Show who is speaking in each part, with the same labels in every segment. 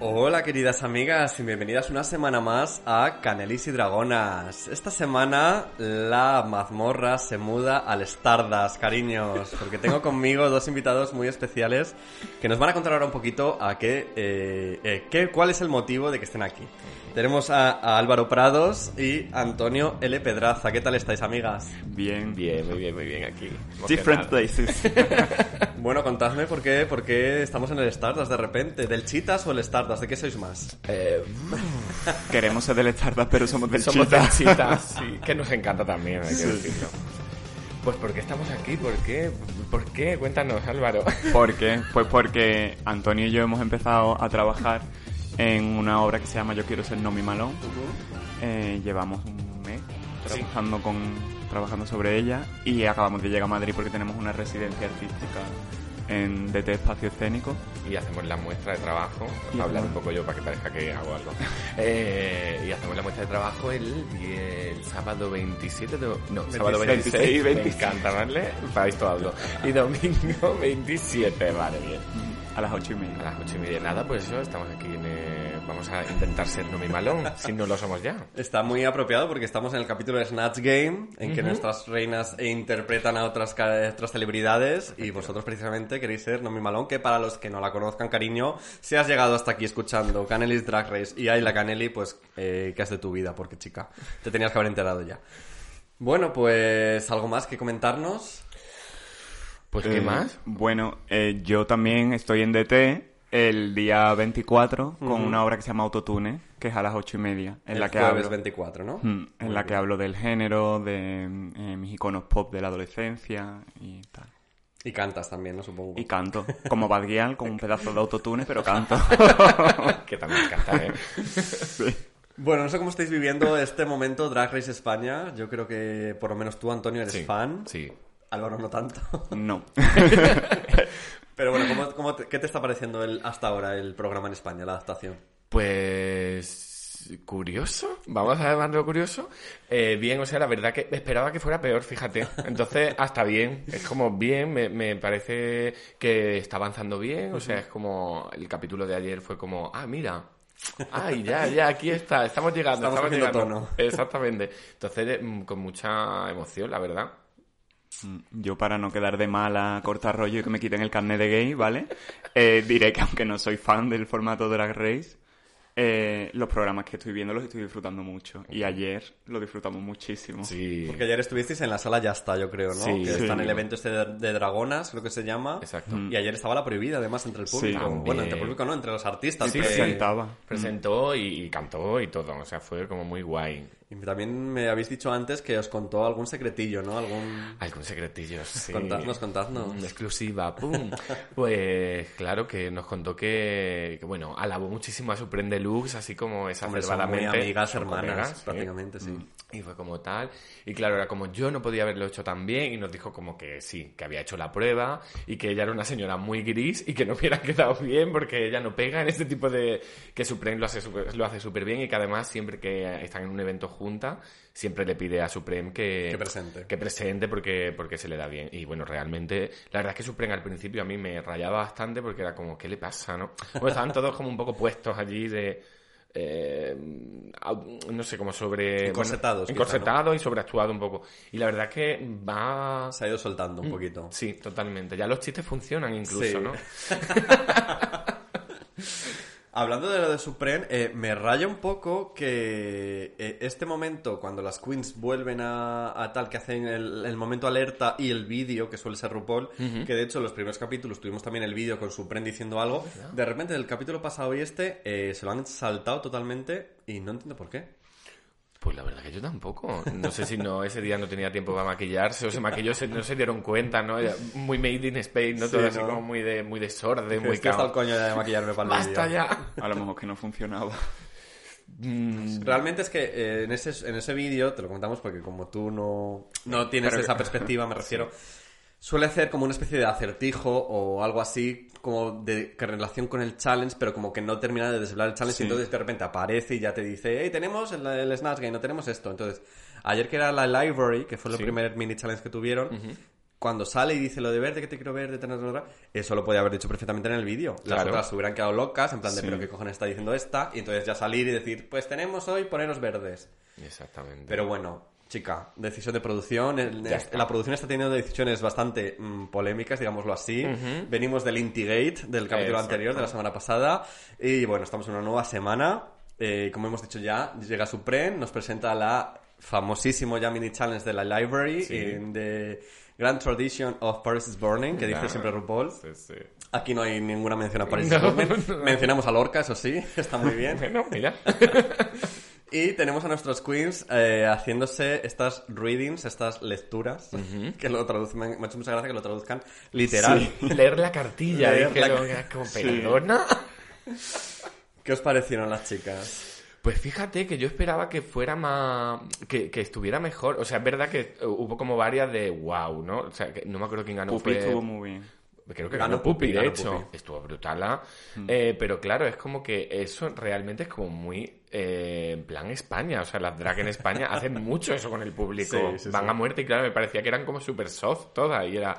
Speaker 1: Hola queridas amigas y bienvenidas una semana más a Canelis y Dragonas. Esta semana la mazmorra se muda al Stardust, cariños, porque tengo conmigo dos invitados muy especiales que nos van a contar ahora un poquito a qué, eh, eh, qué cuál es el motivo de que estén aquí. Tenemos a, a Álvaro Prados y Antonio L. Pedraza. ¿Qué tal estáis, amigas?
Speaker 2: Bien,
Speaker 3: Bien, muy bien, muy bien aquí.
Speaker 2: different
Speaker 3: Emocionado.
Speaker 2: places.
Speaker 1: Bueno, contadme por qué, por qué estamos en el Stardust de repente. ¿Del Chitas o el Stardust? ¿De qué sois más?
Speaker 3: Eh,
Speaker 2: Queremos ser del Stardust, pero somos del
Speaker 3: somos
Speaker 2: Cheetah.
Speaker 3: del Cheetah, sí, que nos encanta también, hay que decirlo. Pues ¿por qué estamos aquí? ¿Por qué? ¿Por qué? Cuéntanos, Álvaro.
Speaker 2: ¿Por qué? Pues porque Antonio y yo hemos empezado a trabajar en una obra que se llama Yo quiero ser Nomi Malone. Eh, llevamos un mes trabajando con trabajando sobre ella y acabamos de llegar a Madrid porque tenemos una residencia artística en DT Espacio Escénico.
Speaker 3: Y hacemos la muestra de trabajo.
Speaker 2: Y
Speaker 3: Voy a hablar
Speaker 2: hacemos-
Speaker 3: un poco yo para que parezca que hago algo. Eh, y hacemos la muestra de trabajo el, die- el sábado 27 de... No, sábado 26.
Speaker 2: 26,
Speaker 3: Me
Speaker 2: 26.
Speaker 3: encanta, ¿vale? Para esto hablo. Y domingo 27, vale, bien.
Speaker 2: A las ocho y media.
Speaker 3: A las ocho y media nada, pues eso, estamos aquí en, eh, Vamos a intentar ser Nomi Malón, si no lo somos ya.
Speaker 1: Está muy apropiado porque estamos en el capítulo de Snatch Game, en que nuestras reinas interpretan a otras, ca- otras celebridades y vosotros precisamente queréis ser Nomi Malón, que para los que no la conozcan, cariño, si has llegado hasta aquí escuchando Canelis Drag Race y Ayla Canelli, pues eh, ¿qué has de tu vida? Porque chica, te tenías que haber enterado ya. Bueno, pues algo más que comentarnos.
Speaker 3: Pues ¿qué
Speaker 2: Eh,
Speaker 3: más?
Speaker 2: Bueno, eh, yo también estoy en DT el día 24 con una obra que se llama Autotune, que es a las ocho y media, en
Speaker 1: El
Speaker 2: la que
Speaker 1: jueves
Speaker 2: hablo,
Speaker 1: 24, ¿no?
Speaker 2: Mm, en la que hablo del género, de eh, mis iconos pop de la adolescencia y tal.
Speaker 1: Y cantas también, ¿no? Supongo.
Speaker 2: Y canto, como Bad Gyal, con un pedazo de autotune, pero canto.
Speaker 3: Que también encanta, ¿eh?
Speaker 1: Bueno, no sé cómo estáis viviendo este momento Drag Race España. Yo creo que por lo menos tú, Antonio, eres
Speaker 3: Sí,
Speaker 1: fan.
Speaker 3: Sí.
Speaker 1: Álvaro no tanto.
Speaker 2: No.
Speaker 1: Pero bueno, ¿cómo, cómo te- ¿qué te está pareciendo el, hasta ahora el programa en España, la adaptación?
Speaker 3: Pues curioso, vamos a llamarlo curioso. Eh, bien, o sea, la verdad que esperaba que fuera peor, fíjate. Entonces, hasta bien, es como bien, me, me parece que está avanzando bien, o sea, es como el capítulo de ayer fue como, ah, mira, ay, ya, ya, aquí está, estamos llegando,
Speaker 1: Estamos
Speaker 3: estamos,
Speaker 1: cogiendo tono.
Speaker 3: llegando. Exactamente. Entonces, eh, mm, con mucha emoción, la verdad.
Speaker 2: Yo para no quedar de mala, cortar rollo y que me quiten el carnet de gay, ¿vale? Eh, diré que aunque no soy fan del formato Drag Race, eh, los programas que estoy viendo los estoy disfrutando mucho. Y ayer lo disfrutamos muchísimo.
Speaker 3: Sí.
Speaker 1: Porque ayer estuvisteis en la sala Ya está, yo creo, ¿no?
Speaker 3: Sí,
Speaker 1: que
Speaker 2: sí.
Speaker 1: está en el evento este de, de Dragonas, creo que se llama.
Speaker 3: Exacto.
Speaker 1: Y ayer estaba la prohibida, además, entre el público.
Speaker 2: también.
Speaker 1: bueno, entre el público no, entre los artistas.
Speaker 3: Ah,
Speaker 1: Eh,
Speaker 3: Sí,
Speaker 1: pero-
Speaker 3: sí.
Speaker 2: Presentaba.
Speaker 3: Presentó y, y cantó y todo, o sea, fue como muy guay.
Speaker 1: Y también me habéis dicho antes que os contó algún secretillo, ¿no? Algún...
Speaker 3: Algún secretillo, sí.
Speaker 1: Contadnos, contadnos.
Speaker 3: Una exclusiva, pum. Pues claro que nos contó que, que, bueno, alabó muchísimo a Sorprende Lux, así como
Speaker 1: Hombre, son muy
Speaker 3: exacerbadamente.
Speaker 1: amigas,
Speaker 3: Son
Speaker 1: hermanas,
Speaker 3: colegas, ¿eh? sí. Mm.
Speaker 1: prácticamente, sí.
Speaker 3: Y fue como tal. Y claro, era como yo no podía haberlo hecho tan bien. Y nos dijo como que sí, que había hecho la prueba y que ella era una señora muy gris y que no hubiera quedado bien porque ella no pega en este tipo de. que Supreme lo hace súper lo hace súper bien y que además siempre que están en un evento junta, siempre le pide a Supreme que.
Speaker 1: Que presente.
Speaker 3: Que presente porque, porque se le da bien. Y bueno, realmente, la verdad es que Supreme al principio a mí me rayaba bastante porque era como, ¿qué le pasa, no? Bueno, estaban todos como un poco puestos allí de. eh, au- no sé, como sobre
Speaker 1: Encorsetados,
Speaker 3: Eh, bueno,
Speaker 1: quizá,
Speaker 3: encorsetado y sobreactuado un poco. Y la verdad es que va.
Speaker 1: Se ha ido soltando
Speaker 3: Mm.
Speaker 1: un poquito.
Speaker 3: Sí, totalmente. Ya los chistes funcionan incluso,
Speaker 1: Sí.
Speaker 3: ¿no?
Speaker 1: Hablando de lo de Supreme, eh, me raya un poco que eh, este momento, cuando las queens vuelven a, a tal que hacen el, el momento alerta y el vídeo, que suele ser RuPaul, que de hecho en los primeros capítulos tuvimos también el vídeo con Supreme diciendo algo, de repente del capítulo pasado y este eh, se lo han saltado totalmente y no entiendo por qué.
Speaker 3: Pues la verdad que yo tampoco. No sé si no ese día no tenía tiempo para maquillarse o se maquilló, se- no se dieron cuenta, ¿no? Era Muy made in Spain, ¿no?
Speaker 1: Sí,
Speaker 3: Todo así
Speaker 1: ¿no?
Speaker 3: como muy de, muy desorden,
Speaker 1: Muy
Speaker 3: muy
Speaker 1: Estoy hasta el
Speaker 3: caos.
Speaker 1: coño ya de maquillarme para el
Speaker 3: ¡Basta
Speaker 1: vídeo.
Speaker 3: ya!
Speaker 2: A lo mejor que no funcionaba.
Speaker 3: Mm.
Speaker 1: Realmente es que eh, en ese, en ese vídeo, te lo comentamos porque como tú no, no tienes
Speaker 2: Pero-
Speaker 1: esa perspectiva, me refiero, suele hacer como una especie de acertijo o algo así, como de que relación con el challenge, pero como que no termina de desvelar el challenge
Speaker 2: Sí.
Speaker 1: y entonces de repente aparece y ya te dice, hey, tenemos el, el Snatch Game, no tenemos esto. Entonces, ayer que era la Library, que fue el
Speaker 3: Sí.
Speaker 1: primer mini challenge que tuvieron, cuando sale y dice lo de verde que te quiero ver, de tener eso lo podía haber dicho perfectamente en el vídeo. Las
Speaker 3: Claro.
Speaker 1: otras se hubieran quedado locas, en plan de,
Speaker 2: Sí.
Speaker 1: pero qué cojones está diciendo esta, y entonces ya salir y decir, pues tenemos hoy poneros verdes.
Speaker 3: Exactamente.
Speaker 1: Pero bueno, chica, decisión de producción. el-
Speaker 3: Ya
Speaker 1: es-
Speaker 3: está.
Speaker 1: la producción está teniendo decisiones bastante mm, polémicas, digámoslo así. Venimos del Intigate, del capítulo
Speaker 3: Exacto.
Speaker 1: anterior, de la semana pasada. Y bueno, estamos en una nueva semana. Eh, como hemos dicho ya, llega Supreme, nos presenta la famosísimo ya mini challenge de la library
Speaker 3: Sí.
Speaker 1: eh, de Grand Tradition of Paris is Burning que dice
Speaker 3: Claro.
Speaker 1: siempre RuPaul
Speaker 3: Sí, sí.
Speaker 1: aquí no hay ninguna mención a Paris is
Speaker 3: No,
Speaker 1: Burning
Speaker 3: no.
Speaker 1: mencionamos a Lorca eso sí está muy bien
Speaker 3: Bueno, mira.
Speaker 1: y tenemos a nuestros queens eh, haciéndose estas readings, estas lecturas, que lo traducen, me me ha hecho mucha gracia que lo traduzcan literal.
Speaker 3: Leer la cartilla.
Speaker 1: Leer
Speaker 3: dije
Speaker 1: la-
Speaker 3: yo, ya, como,
Speaker 2: Sí.
Speaker 3: perdona.
Speaker 1: ¿Qué os parecieron las chicas?
Speaker 3: Pues fíjate que yo esperaba que fuera más. que, que estuviera mejor. O sea, es verdad que eh, hubo como varias de wow, ¿no? O sea, que no me acuerdo quién ganó.
Speaker 2: Pupi
Speaker 3: fue-
Speaker 2: estuvo muy bien.
Speaker 3: Creo que
Speaker 1: Ganó
Speaker 3: ganó, Pupi,
Speaker 1: Pupi,
Speaker 3: de
Speaker 1: ganó
Speaker 3: hecho.
Speaker 1: Pupi. Hmm.
Speaker 3: Estuvo brutal, ¿ah? Eh, pero claro, es como que eso realmente es como muy eh, en plan España. O sea, las drag en España hacen mucho eso con el público.
Speaker 1: Sí, sí,
Speaker 3: Van
Speaker 1: sí.
Speaker 3: a muerte y claro, me parecía que eran como super soft todas. Y era...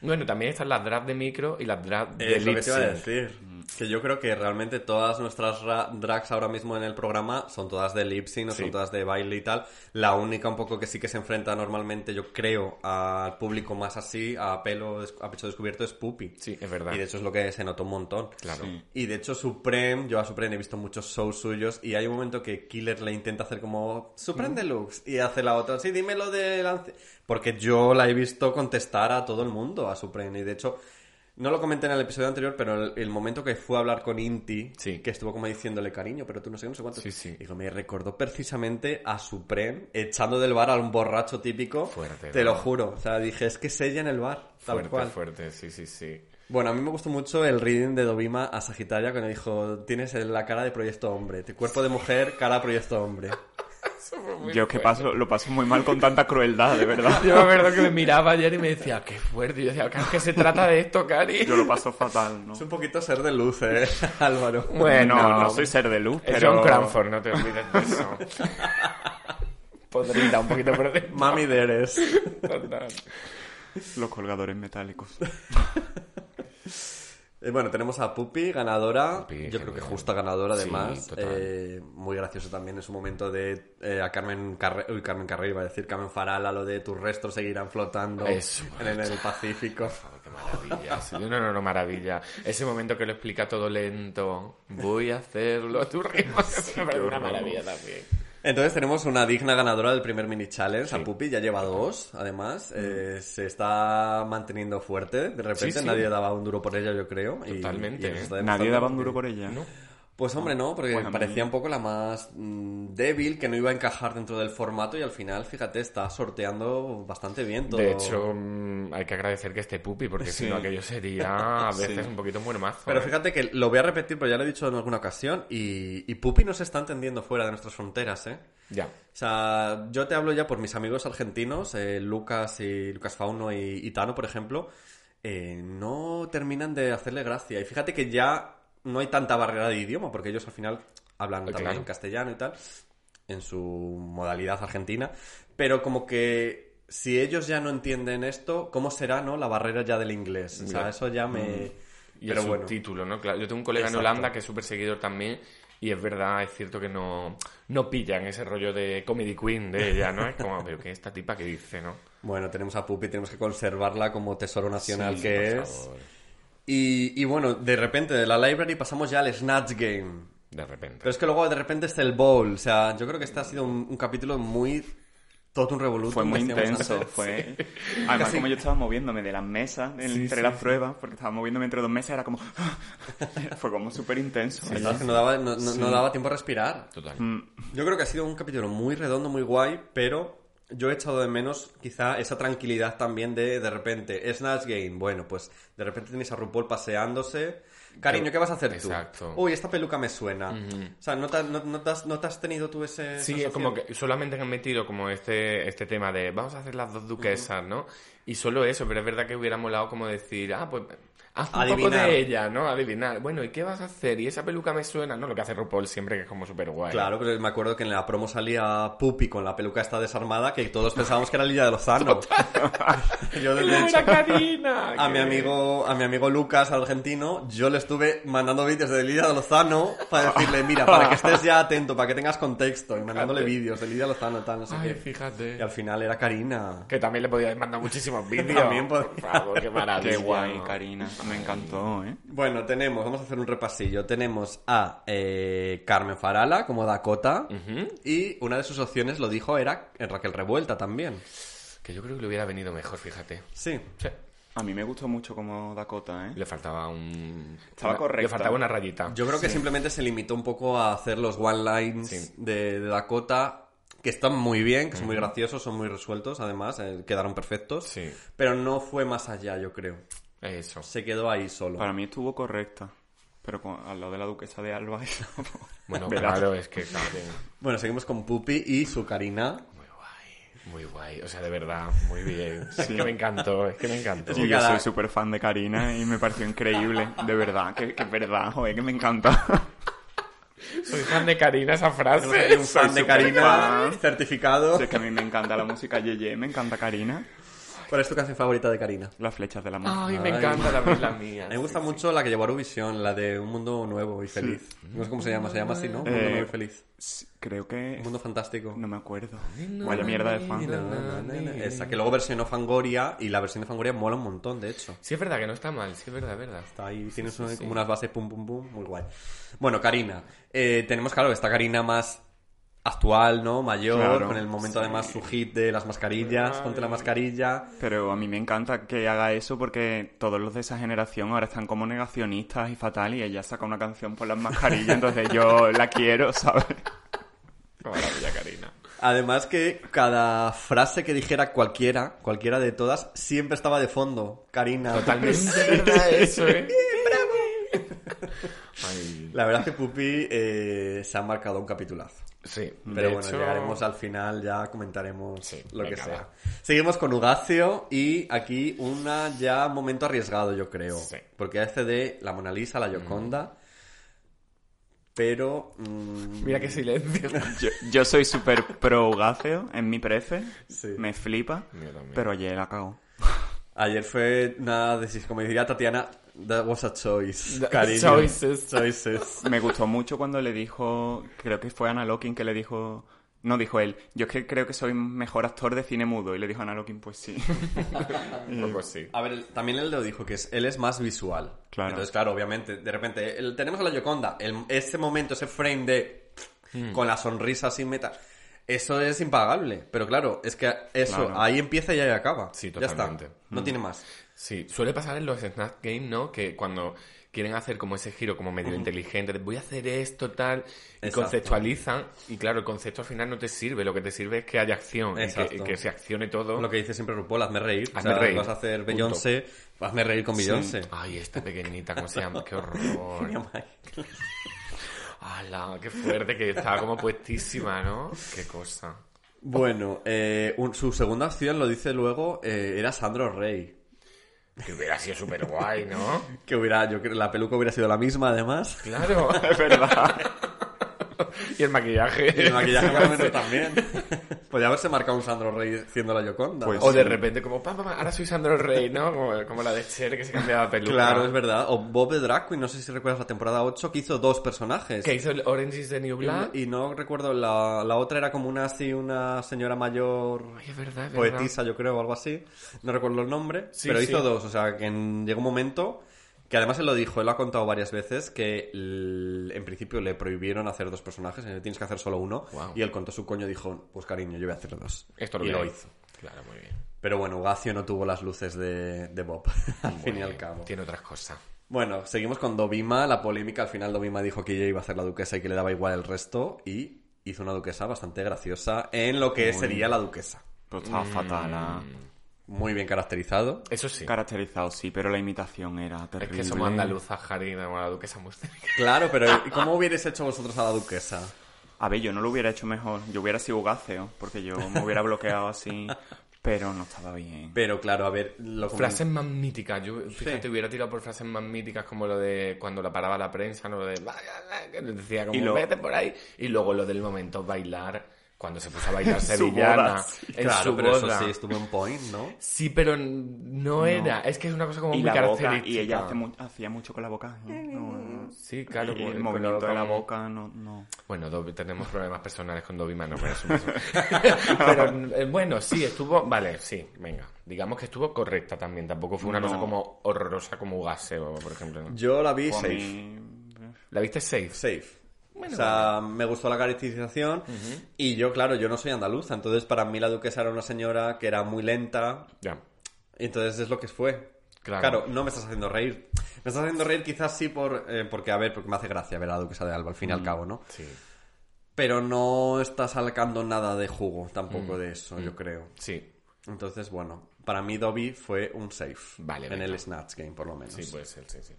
Speaker 3: Bueno, también están las drag de micro y las drag de
Speaker 1: Es Eh, lo que
Speaker 3: lip
Speaker 1: te iba a
Speaker 3: sync.
Speaker 1: decir. Que yo creo que realmente todas nuestras ra- drags ahora mismo en el programa son todas de lip sync, no
Speaker 3: Sí.
Speaker 1: son todas de baile y tal. La única un poco que sí que se enfrenta normalmente, yo creo, al público más así, a pelo, des- a pecho descubierto, es Pupi.
Speaker 3: Sí, es verdad.
Speaker 1: Y de hecho es lo que se notó un montón.
Speaker 3: Claro.
Speaker 2: Sí.
Speaker 1: Y de hecho, Supreme, yo a Supreme he visto muchos shows suyos y hay un momento que Killer le intenta hacer como
Speaker 3: Mm.
Speaker 1: Supreme Deluxe y hace la otra, sí, dímelo de lance. Porque yo la he visto contestar a todo el mundo a Supreme y de hecho. No lo comenté en el episodio anterior, pero el, el momento que fue a hablar con Inti,
Speaker 3: Sí.
Speaker 1: que estuvo como diciéndole cariño, pero tú no sé qué, no sé cuánto.
Speaker 3: Sí, sí.
Speaker 1: Dijo, me recordó precisamente a Supreme echando del bar a un borracho típico.
Speaker 3: Fuerte,
Speaker 1: Te
Speaker 3: ¿no?
Speaker 1: lo juro. O sea, dije, es que es ella en el bar. Tal
Speaker 3: Fuerte,
Speaker 1: cual.
Speaker 3: fuerte, sí, sí, sí.
Speaker 1: Bueno, a mí me gustó mucho el reading de Dovima a Sagitaria cuando dijo, tienes la cara de proyecto hombre, tu cuerpo de mujer, cara de proyecto hombre.
Speaker 2: Yo es que paso, lo paso muy mal con tanta crueldad, de verdad.
Speaker 3: Yo me acuerdo que me miraba ayer y me decía, qué fuerte. Y yo decía, ¿qué se trata de esto, Cari?
Speaker 2: Yo lo paso fatal, ¿no?
Speaker 1: Es un poquito ser de luz, eh, Álvaro.
Speaker 3: Bueno,
Speaker 2: no, no soy ser de luz,
Speaker 3: Es
Speaker 2: pero...
Speaker 3: John Cranford, no te olvides de eso. Podrita, un poquito por
Speaker 1: Mami de eres.
Speaker 2: Los colgadores metálicos.
Speaker 1: Eh, bueno, tenemos a Pupi, ganadora.
Speaker 3: Pupi,
Speaker 1: Yo creo que
Speaker 3: genial.
Speaker 1: justa ganadora,
Speaker 3: Sí,
Speaker 1: además.
Speaker 3: total.
Speaker 1: Eh, muy gracioso también en su momento de eh, a Carmen Carrera, uy, Carmen Carrera iba a decir Carmen Faral, a lo de tus restos seguirán flotando
Speaker 3: Eso,
Speaker 1: en el, en el Pacífico.
Speaker 3: Qué maravilla. sí. No, no, no, maravilla. Ese momento que lo explica todo lento. Voy a hacerlo a tu ritmo. Es una maravilla también.
Speaker 1: Entonces tenemos una digna ganadora del primer mini challenge, a Pupi, ya lleva dos, además,
Speaker 2: Mm.
Speaker 1: eh, se está manteniendo fuerte, de repente
Speaker 3: Sí, sí.
Speaker 1: nadie daba un duro por ella, yo creo. y-
Speaker 3: Totalmente,
Speaker 1: nos
Speaker 3: ¿eh?
Speaker 1: está
Speaker 2: Nadie
Speaker 1: demostrando
Speaker 2: daba un duro
Speaker 1: que-
Speaker 2: por ella.
Speaker 3: No.
Speaker 1: Pues hombre, no, porque
Speaker 2: Bueno,
Speaker 1: parecía
Speaker 2: no.
Speaker 1: un poco la más mm, débil, que no iba a encajar dentro del formato y al final, fíjate, está sorteando bastante bien todo.
Speaker 3: De hecho, mm, hay que agradecer que esté Pupi, porque si
Speaker 2: Sí.
Speaker 3: no, aquello sería a
Speaker 2: Sí.
Speaker 3: veces un poquito muermazo.
Speaker 1: Pero
Speaker 3: ¿eh?
Speaker 1: fíjate que lo voy a repetir, pero ya lo he dicho en alguna ocasión, y, y Pupi no se está entendiendo fuera de nuestras fronteras, ¿eh?
Speaker 3: Ya.
Speaker 1: O sea, yo te hablo ya por mis amigos argentinos, eh, Lucas y Lucas Fauno y, y Tano, por ejemplo, eh, no terminan de hacerle gracia. Y fíjate que ya no hay tanta barrera de idioma, porque ellos al final hablan
Speaker 3: Ah,
Speaker 1: también
Speaker 3: claro.
Speaker 1: en castellano y tal, en su modalidad argentina. Pero como que si ellos ya no entienden esto, ¿cómo será, no? La barrera ya del inglés. O sea,
Speaker 3: Ya. Mm.
Speaker 1: eso ya me.
Speaker 3: Y
Speaker 1: Pero
Speaker 3: el
Speaker 1: bueno.
Speaker 3: subtítulo, ¿no? Claro, yo tengo un colega
Speaker 1: Exacto.
Speaker 3: en Holanda que es súper seguidor también y es verdad, es cierto que no, no pillan ese rollo de comedy queen de ella, ¿no? Es como, pero ¿qué esta tipa que dice, no?
Speaker 1: Bueno, tenemos a Pupi, tenemos que conservarla como tesoro nacional
Speaker 3: Sí,
Speaker 1: que
Speaker 3: por
Speaker 1: es.
Speaker 3: favor.
Speaker 1: Y, y bueno, de repente de la library pasamos ya al Snatch Game.
Speaker 3: De repente.
Speaker 1: Pero es que luego de repente está el Bowl. O sea, yo creo que este ha sido un, un capítulo muy. Todo un revoluto.
Speaker 2: Fue muy intenso, fue... Además,
Speaker 1: Casi-
Speaker 2: como yo estaba moviéndome de las mesas, en-
Speaker 3: Sí,
Speaker 2: entre
Speaker 3: sí,
Speaker 2: las
Speaker 3: sí.
Speaker 2: pruebas, porque estaba moviéndome entre dos mesas, era como... fue como súper intenso. Mm,
Speaker 1: no, daba, no, no- no daba tiempo a respirar.
Speaker 3: Total.
Speaker 1: Yo creo que ha sido un capítulo muy redondo, muy guay, pero yo he echado de menos quizá esa tranquilidad también de de repente, Snatch Game, bueno, pues de repente tenéis a RuPaul paseándose. Cariño, ¿qué vas a hacer
Speaker 3: Exacto.
Speaker 1: tú? Uy, esta peluca me suena. O sea, ¿no te, no- no te has, no te has tenido tú ese...
Speaker 3: Sí, es como que solamente han metido como este, este tema de vamos a hacer las dos duquesas, ¿no? Y solo eso, pero es verdad que hubiera molado como decir, ah, pues haz un poco
Speaker 1: Adivinar.
Speaker 3: de ella, ¿no? Adivinar. Bueno, ¿y qué vas a hacer? Y esa peluca me suena, ¿no? Lo que hace RuPaul siempre, que es como súper guay.
Speaker 1: Claro, pero me acuerdo que en la promo salía Pupi con la peluca esta desarmada que todos pensábamos que era Lidia de Lozano. Yo desde hecho, a mi amigo, a mi amigo Lucas argentino, yo le estuve mandando vídeos de Lidia de Lozano para decirle, mira, para que estés ya atento, para que tengas contexto, y mandándole
Speaker 3: Fíjate.
Speaker 1: vídeos de Lidia Lozano tal, no sé
Speaker 3: Ay,
Speaker 1: qué. Y
Speaker 3: fíjate.
Speaker 1: al final era Karina.
Speaker 3: Que también le podía mandar muchísimos vídeos.
Speaker 1: También podía.
Speaker 3: Por favor, qué maravilla.
Speaker 2: Qué guay,
Speaker 3: ¿no?
Speaker 2: Karina. Me encantó, ¿eh?
Speaker 1: Bueno, tenemos, vamos a hacer un repasillo. Tenemos a eh, Carmen Farala como Dakota y una de sus opciones, lo dijo, era Raquel Revuelta también.
Speaker 3: Que yo creo que le hubiera venido mejor, fíjate.
Speaker 1: Sí.
Speaker 3: Sí.
Speaker 2: A mí me gustó mucho como Dakota, ¿eh?
Speaker 3: Le faltaba un...
Speaker 2: Estaba
Speaker 3: una-
Speaker 2: correcta.
Speaker 3: Le faltaba una rayita.
Speaker 1: Yo creo que simplemente se limitó un poco a hacer los one lines
Speaker 3: Sí.
Speaker 1: de, de Dakota, que están muy bien, que son muy graciosos, son muy resueltos, además, eh, quedaron perfectos.
Speaker 3: Sí.
Speaker 1: Pero no fue más allá, yo creo.
Speaker 3: Eso.
Speaker 1: Se quedó ahí solo.
Speaker 2: Para mí estuvo correcta. Pero con- al lado de la duquesa de Alba. eso,
Speaker 3: Bueno,
Speaker 2: verás.
Speaker 3: claro, es que... claro,
Speaker 1: Bueno, seguimos con Pupi y su Karina.
Speaker 3: Muy guay. Muy guay. O sea, de verdad, muy bien. Es que me encantó, es que me encantó.
Speaker 1: Es que
Speaker 2: Y yo
Speaker 1: cada-
Speaker 2: soy súper fan de Karina y me pareció increíble. De verdad, que, que es verdad, joder, que me encanta.
Speaker 3: Soy fan de Karina esa frase.
Speaker 1: Tenemos aquí un
Speaker 3: Soy
Speaker 1: fan de
Speaker 3: súper
Speaker 1: Karina,
Speaker 2: fan.
Speaker 1: certificado.
Speaker 2: Sí, es que a mí me encanta la música Yeye, me encanta Karina.
Speaker 1: ¿Cuál es tu canción favorita de Karina?
Speaker 2: Las flechas del amor.
Speaker 3: Ay, me
Speaker 1: Ay.
Speaker 3: encanta también la mía.
Speaker 1: A mí me gusta mucho la que llevó a Eurovisión, la de Un Mundo Nuevo y Feliz. No sé cómo se llama, se llama así, ¿no? Un Mundo
Speaker 2: Eh,
Speaker 1: Nuevo y Feliz.
Speaker 2: Sí, Creo
Speaker 1: Un
Speaker 2: que...
Speaker 1: Mundo Fantástico.
Speaker 2: No me acuerdo. Vaya mierda de fan.
Speaker 1: Esa, que luego versionó Fangoria y la versión de Fangoria mola un montón, de hecho.
Speaker 3: Sí, es verdad que no está mal, sí, es verdad, es verdad.
Speaker 1: Está ahí, tienes una- como unas bases pum pum pum, muy guay. Bueno, Karina. eh, tenemos, claro, esta Karina más actual, ¿no? Mayor,
Speaker 2: Claro,
Speaker 1: con el momento
Speaker 2: sí.
Speaker 1: además su hit de las mascarillas, ponte la mascarilla.
Speaker 2: Pero a mí me encanta que haga eso porque todos los de esa generación ahora están como negacionistas y fatal y ella saca una canción por las mascarillas, entonces yo la quiero, ¿sabes?
Speaker 3: Qué maravilla, Karina.
Speaker 1: Además que cada frase que dijera cualquiera, cualquiera de todas, siempre estaba de fondo, Karina.
Speaker 3: Totalmente de verdad eso, ¿eh? Ay,
Speaker 1: La verdad es que Pupi eh, se ha marcado un capitulazo.
Speaker 3: sí,
Speaker 1: Pero
Speaker 3: de
Speaker 1: bueno,
Speaker 3: hecho-
Speaker 1: llegaremos al final, ya comentaremos
Speaker 3: Sí,
Speaker 1: lo que
Speaker 3: venga,
Speaker 1: sea.
Speaker 3: va.
Speaker 1: Seguimos con Ugacio y aquí una ya un momento arriesgado, yo creo.
Speaker 3: Sí. Mm.
Speaker 1: Porque hace de la Mona Lisa, la Gioconda. Pero. mm,
Speaker 3: Mira qué silencio.
Speaker 2: Yo, yo soy súper pro Gáceo en mi prefe,
Speaker 1: Sí.
Speaker 2: me flipa,
Speaker 3: Yo también.
Speaker 2: pero ayer la cago.
Speaker 1: Ayer fue una decisión, como diría Tatiana, that was a choice.
Speaker 3: That-
Speaker 1: cariño.
Speaker 3: choices.
Speaker 1: Choices.
Speaker 2: Me gustó mucho cuando le dijo, creo que fue Ana Locking que le dijo, no dijo él, yo es que creo que soy mejor actor de cine mudo y le dijo Ana Locking, pues sí.
Speaker 3: Pues, pues sí.
Speaker 1: A ver, él- también él lo dijo, que es, él es más visual.
Speaker 2: Claro.
Speaker 1: Entonces, claro, obviamente, de repente, el- tenemos a la Yoconda, ese momento, ese frame de...
Speaker 3: Hmm.
Speaker 1: con la sonrisa sin meta. Eso es impagable. Pero claro, es que eso,
Speaker 2: Claro.
Speaker 1: ahí empieza y ahí acaba.
Speaker 3: Sí,
Speaker 1: Ya está.
Speaker 3: totalmente. Hmm.
Speaker 1: No tiene más.
Speaker 3: Sí, suele pasar en los Snap Game, ¿no? Que cuando quieren hacer como ese giro como medio inteligente, de voy a hacer esto, tal, y
Speaker 1: Exacto.
Speaker 3: conceptualizan, y claro, el concepto al final no te sirve, lo que te sirve es que haya acción, y que,
Speaker 1: Exacto.
Speaker 3: y que se accione todo.
Speaker 1: Lo que dice siempre RuPaul, hazme reír.
Speaker 3: Hazme
Speaker 1: O sea,
Speaker 3: reír.
Speaker 1: Vas a hacer
Speaker 3: Punto. Ah.
Speaker 1: Beyoncé, hazme reír con Beyoncé.
Speaker 3: Ay, esta pequeñita, ¿cómo se llama? ¡Qué horror! ¡Hala! ¡Qué fuerte! Que estaba como puestísima, ¿no? ¡Qué cosa!
Speaker 1: Bueno, eh, un- su segunda opción, lo dice luego, eh, era Sandro Rey.
Speaker 3: Que hubiera sido súper guay, ¿no?
Speaker 1: Que hubiera, yo creo, la peluca hubiera sido la misma, además.
Speaker 3: Claro.
Speaker 2: Es verdad.
Speaker 3: Y el maquillaje.
Speaker 1: Y el maquillaje obviamente también. Podría haberse marcado un Sandro Rey siendo la Yoconda.
Speaker 2: Pues
Speaker 3: O de repente, como, pam, pam, pam, ahora soy Sandro el Rey, ¿no? Como, como la de Cher que se cambiaba de peluca.
Speaker 1: Claro, es verdad. O Bob de Drag Queen, no sé si recuerdas la temporada 8, que hizo dos personajes.
Speaker 3: Que hizo el Orange is the New Black.
Speaker 1: Y, y no recuerdo, la, la otra era como una así, una señora mayor
Speaker 3: Ay, es verdad, es verdad.
Speaker 1: poetisa, yo creo, o algo así. No recuerdo el nombre,
Speaker 3: Sí,
Speaker 1: pero hizo
Speaker 3: sí.
Speaker 1: dos. O sea, que en- llegó un momento que además él lo dijo, él lo ha contado varias veces, que l- en principio le prohibieron hacer dos personajes, eh, tienes que hacer solo uno.
Speaker 3: Guau.
Speaker 1: Y él contó su coño y dijo, pues cariño, yo voy a hacer dos.
Speaker 3: Esto
Speaker 1: y
Speaker 3: lo,
Speaker 1: lo
Speaker 3: que
Speaker 1: hizo.
Speaker 3: Claro, muy bien.
Speaker 1: Pero bueno, Gacio no tuvo las luces de, de Bob, al fin y al cabo.
Speaker 3: Tiene otras cosas.
Speaker 1: Bueno, seguimos con Dovima, la polémica. Al final Dovima dijo que ella iba a ser la duquesa y que le daba igual el resto y hizo una duquesa bastante graciosa en lo que sería la duquesa.
Speaker 2: Pero Pues estaba fatal. ah.
Speaker 1: Muy bien caracterizado.
Speaker 3: Mm. Eso sí.
Speaker 2: Caracterizado, sí, pero la imitación era
Speaker 3: es
Speaker 2: terrible.
Speaker 3: que somos andaluzas, Jarina, como la duquesa Musterica.
Speaker 1: Claro, pero ¿y ¿cómo hubierais hecho vosotros a la duquesa?
Speaker 2: A ver, yo no lo hubiera hecho mejor. Yo hubiera sido Gáceo, porque yo me hubiera bloqueado así. Pero no estaba bien.
Speaker 1: Pero claro, a ver, lo comen-
Speaker 3: Frases más míticas. Yo, fíjate,
Speaker 1: Sí.
Speaker 3: hubiera tirado por frases más míticas como lo de cuando la paraba la prensa, no lo de... "Vaya, la", que le decía como,
Speaker 2: Y lo-
Speaker 3: vete por ahí. Y luego lo del momento bailar, cuando se puso a bailar
Speaker 2: su
Speaker 3: sevillana.
Speaker 2: boda, sí.
Speaker 3: en
Speaker 1: Claro,
Speaker 3: su
Speaker 1: pero
Speaker 3: boda.
Speaker 1: eso sí, estuvo en point, ¿no?
Speaker 3: Sí, pero no era. Es que es una cosa como
Speaker 2: Y
Speaker 3: muy
Speaker 2: la
Speaker 3: característica.
Speaker 2: boca, y ella hace mu- hacía mucho con la boca. ¿eh? No, no.
Speaker 3: Sí, claro.
Speaker 2: Y
Speaker 3: con-
Speaker 2: el
Speaker 3: con
Speaker 2: movimiento de la
Speaker 3: como-
Speaker 2: boca no... no.
Speaker 3: Bueno, Dobby- tenemos problemas personales con Dobby Mano, pero, eso no sé. Pero, eh, bueno, sí, estuvo... Vale, sí, venga. Digamos que estuvo correcta también. Tampoco fue una
Speaker 2: No.
Speaker 3: cosa como horrorosa como Ugase, por ejemplo. ¿no?
Speaker 1: Yo la vi
Speaker 2: Fue a
Speaker 1: safe.
Speaker 2: mí-
Speaker 3: ¿La viste safe?
Speaker 1: Safe.
Speaker 3: Bueno,
Speaker 1: o sea, me gustó la caracterización y yo, claro, yo no soy andaluza, entonces para mí la duquesa era una señora que era muy lenta,
Speaker 3: Ya.
Speaker 1: y entonces es lo que fue.
Speaker 3: Claro.
Speaker 1: no me estás haciendo reír. Me estás haciendo reír quizás sí por, eh, porque, a ver, porque me hace gracia ver a la duquesa de Alba, al
Speaker 3: Mm.
Speaker 1: fin y al cabo, ¿no?
Speaker 3: Sí.
Speaker 1: Pero no está sacando nada de jugo tampoco
Speaker 3: Mm.
Speaker 1: de eso, yo creo.
Speaker 3: Sí.
Speaker 1: Entonces, bueno, para mí Dobby fue un safe.
Speaker 3: Vale,
Speaker 1: En
Speaker 3: venga.
Speaker 1: el Snatch Game, por lo menos.
Speaker 3: Sí, puede ser, sí, sí.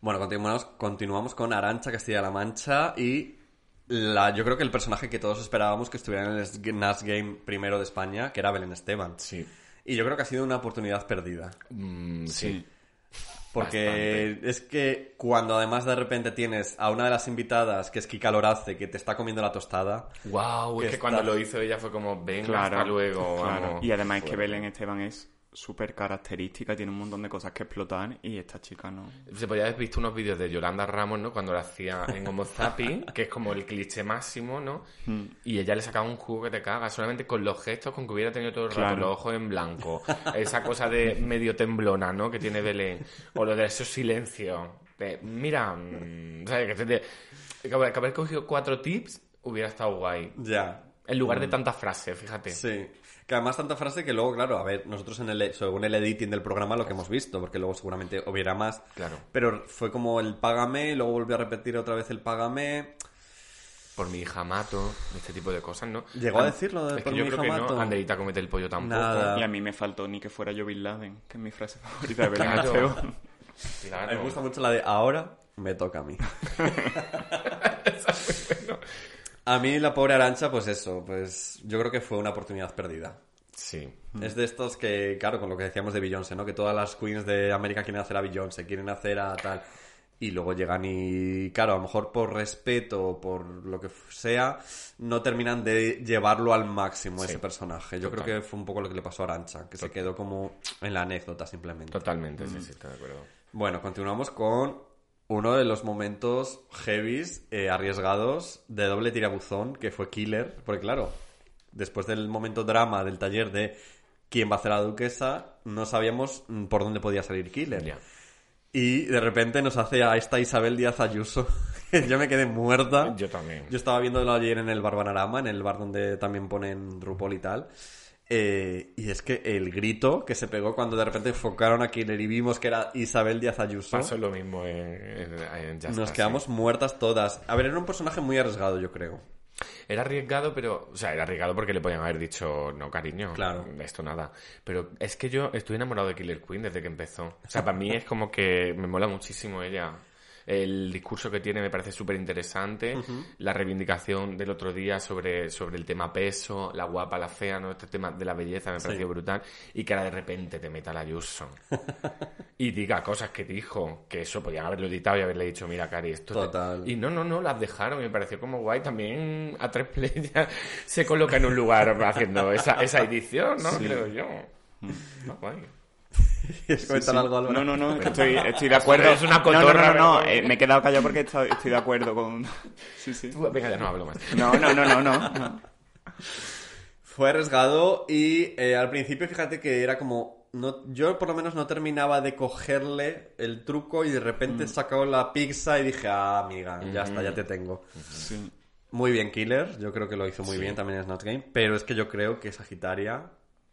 Speaker 1: Bueno, continuamos, continuamos con Arancha Castilla-La Mancha y la, yo creo que el personaje que todos esperábamos que estuviera en el Snatch Game primero de España, que era Belén Esteban.
Speaker 3: Sí.
Speaker 1: Y yo creo que ha sido una oportunidad perdida.
Speaker 3: Mm, sí.
Speaker 2: Sí.
Speaker 1: Porque es que cuando además de repente tienes a una de las invitadas, que es Kika Lorace, que te está comiendo la tostada,
Speaker 3: Wow, es
Speaker 1: Que
Speaker 3: que
Speaker 1: está-
Speaker 3: cuando lo hizo ella fue como, venga,
Speaker 2: Claro.
Speaker 3: hasta luego,
Speaker 2: claro.
Speaker 3: vamos.
Speaker 2: Y además es que
Speaker 3: Bueno.
Speaker 2: Belén Esteban es súper característica, tiene un montón de cosas que explotar y esta chica no.
Speaker 3: Se podía haber visto unos vídeos de Yolanda Ramos, ¿no? Cuando la hacía en Homo Zapping, que es como el cliché máximo, ¿no? Y ella le sacaba un jugo que te caga, solamente con los gestos, con que hubiera tenido todo el rato
Speaker 2: Claro.
Speaker 3: los ojos en blanco. Esa cosa de medio temblona, ¿no? Que tiene Belén. O lo de esos silencios. De, mira, mm, o sea, que, te- que haber que haber cogido cuatro tips hubiera estado guay.
Speaker 1: ya.
Speaker 3: En lugar de tantas frases, fíjate.
Speaker 1: Mm. Sí. Que además tanta frase que luego, claro, a ver, nosotros en el, según el editing del programa lo que hemos visto, porque luego seguramente hubiera más.
Speaker 3: Claro.
Speaker 1: Pero fue como el págame, y luego volvió a repetir otra vez el págame.
Speaker 3: Por mi hija mato, este tipo de cosas, ¿no?
Speaker 1: Llegó a
Speaker 3: An-
Speaker 1: decirlo de
Speaker 3: es
Speaker 1: por
Speaker 3: que yo
Speaker 1: mi
Speaker 3: creo
Speaker 1: hija
Speaker 3: que
Speaker 1: mato.
Speaker 3: no. Anderita comete el pollo tampoco.
Speaker 1: Nada. Ah.
Speaker 2: Y a mí me faltó ni que fuera yo Bin Laden, que es mi frase favorita de Belén
Speaker 3: Claro.
Speaker 2: Esteban.
Speaker 3: Claro.
Speaker 1: A mí me gusta mucho la de ahora me toca a mí. a mí la pobre Arancha, pues eso, pues yo creo que fue una oportunidad perdida.
Speaker 3: Sí.
Speaker 1: Es de estos que, claro, con lo que decíamos de Beyoncé, ¿no? Que todas las queens de América quieren hacer a Beyoncé, quieren hacer a tal. Y luego llegan y, claro, a lo mejor por respeto o por lo que sea, no terminan de llevarlo al máximo
Speaker 3: Sí.
Speaker 1: ese personaje. Yo creo
Speaker 3: Total.
Speaker 1: que fue un poco lo que le pasó a Arancha, que se
Speaker 3: Total.
Speaker 1: quedó como en la anécdota simplemente.
Speaker 3: Totalmente,
Speaker 1: Mm.
Speaker 3: sí, sí, estoy de acuerdo.
Speaker 1: Bueno, continuamos con uno de los momentos heavies, eh, arriesgados, de doble tirabuzón, que fue Killer. Porque claro, después del momento drama del taller de quién va a ser la duquesa, no sabíamos mm, por dónde podía salir Killer.
Speaker 3: Ya.
Speaker 1: Y de repente nos hace a esta Isabel Díaz Ayuso. Yo me quedé muerta.
Speaker 3: Yo también.
Speaker 1: Yo estaba viéndolo ayer en el bar Banarama, en el bar donde también ponen RuPaul y tal. Eh, y es que el grito que se pegó cuando de repente enfocaron a Killer y vimos que era Isabel Díaz Ayuso.
Speaker 3: Pasó lo mismo en, en- en Just
Speaker 1: Nos
Speaker 3: Us,
Speaker 1: quedamos
Speaker 3: sí.
Speaker 1: muertas todas. A ver, era un personaje muy arriesgado, yo creo.
Speaker 3: Era arriesgado, pero. O sea, era arriesgado porque le podían haber dicho, no, cariño.
Speaker 1: Claro.
Speaker 3: Esto nada. Pero es que yo estoy enamorado de Killer Queen desde que empezó. O sea, para mí es como que me mola muchísimo ella. El discurso que tiene me parece súper interesante. La reivindicación del otro día sobre, sobre el tema peso, la guapa, la fea, ¿no? Este tema de la belleza me pareció brutal. Y que ahora de repente te meta la Yuso. y diga cosas que dijo, que eso podían haberlo editado y haberle dicho, mira, Cari, esto... te-".
Speaker 1: Total.
Speaker 3: Y no, no, no, las dejaron, me pareció como guay. También a tres play ya se coloca en un lugar haciendo esa, esa edición, ¿no? Creo yo.
Speaker 2: Mm.
Speaker 3: Está guay.
Speaker 1: ¿Quieres
Speaker 2: Sí,
Speaker 1: comentar
Speaker 2: sí.
Speaker 1: algo, Álvaro?
Speaker 2: No, no, no, es que estoy, estoy de acuerdo.
Speaker 3: Es
Speaker 2: no,
Speaker 3: una
Speaker 2: no,
Speaker 3: cotorra,
Speaker 2: no, no,
Speaker 3: pero-
Speaker 2: eh, me he quedado callado porque estoy, estoy de acuerdo con... Sí, sí.
Speaker 3: Tú, Venga, ya no hablo más.
Speaker 2: No, no, no, no, no. no.
Speaker 1: Fue arriesgado y eh, al principio fíjate que era como... No, yo por lo menos no terminaba de cogerle el truco y de repente
Speaker 2: Mm.
Speaker 1: sacó la pizza y dije, ah, amiga, ya está, ya te tengo.
Speaker 2: Sí.
Speaker 1: Muy bien Killer, yo creo que lo hizo muy bien también en Snatch Game, pero es que yo creo que Sagitaria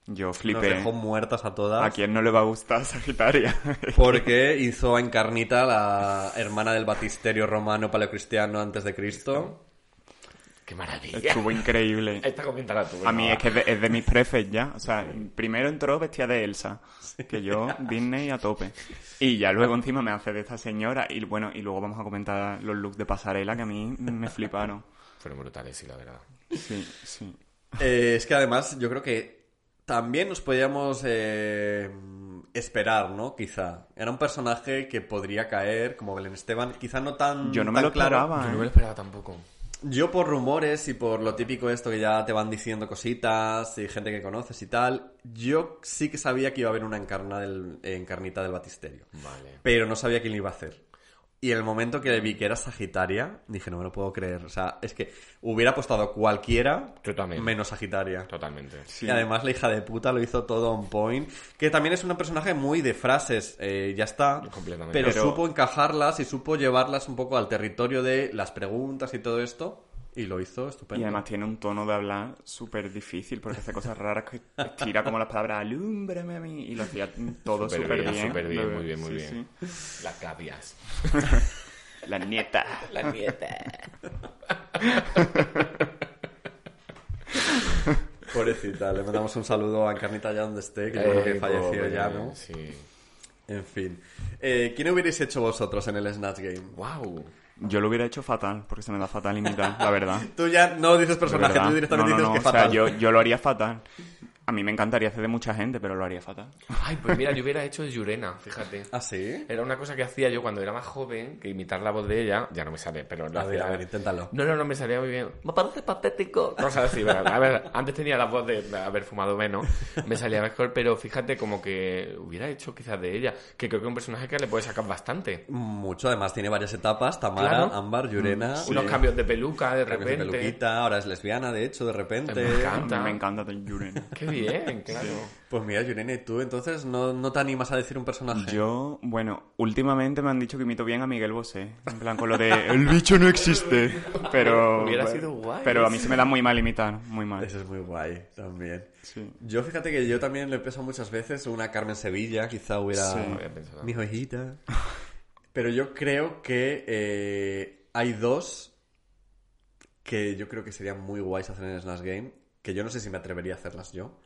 Speaker 2: Yo
Speaker 1: nos
Speaker 2: flipé.
Speaker 1: dejó muertas a todas
Speaker 2: ¿A quién no le va a gustar Sagitaria?
Speaker 1: porque hizo a Encarnita la hermana del batisterio romano paleocristiano antes de Cristo.
Speaker 3: Qué maravilla.
Speaker 2: Estuvo increíble.
Speaker 3: Esta coméntala tú.
Speaker 2: A mí
Speaker 3: venga,
Speaker 2: es que es de, es de mis prefes ya. O sea, primero entró vestida de Elsa, que yo Disney a tope. Y ya luego encima me hace de esta señora. Y bueno, y luego vamos a comentar los looks de pasarela que a mí me fliparon.
Speaker 3: va. Fueron brutales, sí, la verdad.
Speaker 2: Sí, sí.
Speaker 1: Eh, es que además yo creo que también nos podíamos eh, esperar, ¿no? Quizá. Era un personaje que podría caer, como Belén Esteban, quizá no tan,
Speaker 2: Yo no me
Speaker 1: tan
Speaker 2: lo
Speaker 1: claro.
Speaker 2: esperaba.
Speaker 3: Yo
Speaker 2: ¿eh?
Speaker 3: no me lo esperaba tampoco.
Speaker 1: Yo por rumores y por lo típico esto que ya te van diciendo cositas y gente que conoces y tal, yo sí que sabía que iba a haber una encarna del, eh, encarnita del batisterio.
Speaker 3: Vale.
Speaker 1: Pero no sabía quién lo iba a hacer. Y en el momento que vi que era Sagitaria, dije, no me lo puedo creer. O sea, es que hubiera apostado cualquiera
Speaker 3: Yo también.
Speaker 1: menos Sagitaria.
Speaker 3: Totalmente.
Speaker 2: Sí.
Speaker 1: Y además la hija de puta lo hizo todo on point. Que también es un personaje muy de frases, eh, ya está.
Speaker 3: Completamente.
Speaker 1: Pero,
Speaker 2: Pero-
Speaker 1: supo encajarlas y supo llevarlas un poco al territorio de las preguntas y todo esto. Y lo hizo estupendo.
Speaker 2: Y además tiene un tono de hablar súper difícil porque hace cosas raras que tira como las palabras alúmbrame a mí y lo hacía todo
Speaker 3: Súper
Speaker 2: súper
Speaker 3: bien,
Speaker 2: bien.
Speaker 3: súper bien,
Speaker 2: Lo-
Speaker 3: muy bien, muy
Speaker 2: sí,
Speaker 3: bien. Las gavias.
Speaker 2: sí. La nieta.
Speaker 3: La nieta.
Speaker 1: Pobrecita, le mandamos un saludo a Encarnita allá donde esté, que yo creo
Speaker 2: Eh,
Speaker 1: que falleció ya, ¿no?
Speaker 3: Eh, Sí.
Speaker 1: En fin. Eh, ¿Quién hubierais hecho vosotros en el Snatch Game?
Speaker 3: Wow.
Speaker 2: Yo lo hubiera hecho fatal porque se me da fatal imitar, la verdad.
Speaker 1: Tú ya no dices
Speaker 2: De
Speaker 1: personaje,
Speaker 2: Pues verdad.
Speaker 1: tú directamente
Speaker 2: No,
Speaker 1: dices
Speaker 2: no, no,
Speaker 1: que
Speaker 2: o sea,
Speaker 1: fatal.
Speaker 2: yo, yo lo haría fatal. A mí me encantaría hacer de mucha gente, pero lo haría fatal.
Speaker 3: Ay, pues mira, yo hubiera hecho de Yurena, fíjate.
Speaker 1: ¿Ah, sí?
Speaker 3: Era una cosa que hacía yo cuando era más joven, que imitar la voz de ella, ya no me sale, pero lo
Speaker 1: A ver,
Speaker 3: hacía.
Speaker 1: a ver, inténtalo.
Speaker 3: No, no, no me salía muy bien. Me parece patético. Cosas así, ¿verdad? A ver, antes tenía la voz de haber fumado menos, me salía mejor, pero fíjate como que hubiera hecho quizás de ella, que creo que es un personaje que le puede sacar bastante.
Speaker 1: Mucho, además tiene varias etapas. Tamara,
Speaker 3: Claro.
Speaker 1: Ámbar,
Speaker 2: Mm,
Speaker 1: Yurena.
Speaker 3: Unos
Speaker 1: eh,
Speaker 3: cambios de peluca de
Speaker 1: cambios de
Speaker 3: repente.
Speaker 1: peluquita, ahora es lesbiana, de hecho, de repente.
Speaker 2: A
Speaker 3: Me
Speaker 2: mí
Speaker 3: encanta.
Speaker 2: me encanta de Juren.
Speaker 3: Qué bien, claro.
Speaker 1: Pues mira, Yurena, ¿y tú entonces no, no te animas a decir un personaje?
Speaker 2: Yo, bueno, últimamente me han dicho que imito bien a Miguel Bosé. En plan, con lo de el bicho no existe. Pero.
Speaker 3: Hubiera sido guay.
Speaker 2: Pero a mí se me da muy mal imitar, muy mal.
Speaker 1: Eso es muy guay también.
Speaker 2: Sí.
Speaker 1: Yo fíjate que yo también le peso muchas veces una Carmen Sevilla, quizá hubiera...
Speaker 2: Sí.
Speaker 3: No había pensado.
Speaker 1: Mi hijita. Pero yo creo que eh, hay dos que yo creo que serían muy guays hacer en Smash Game, que yo no sé si me atrevería a hacerlas yo.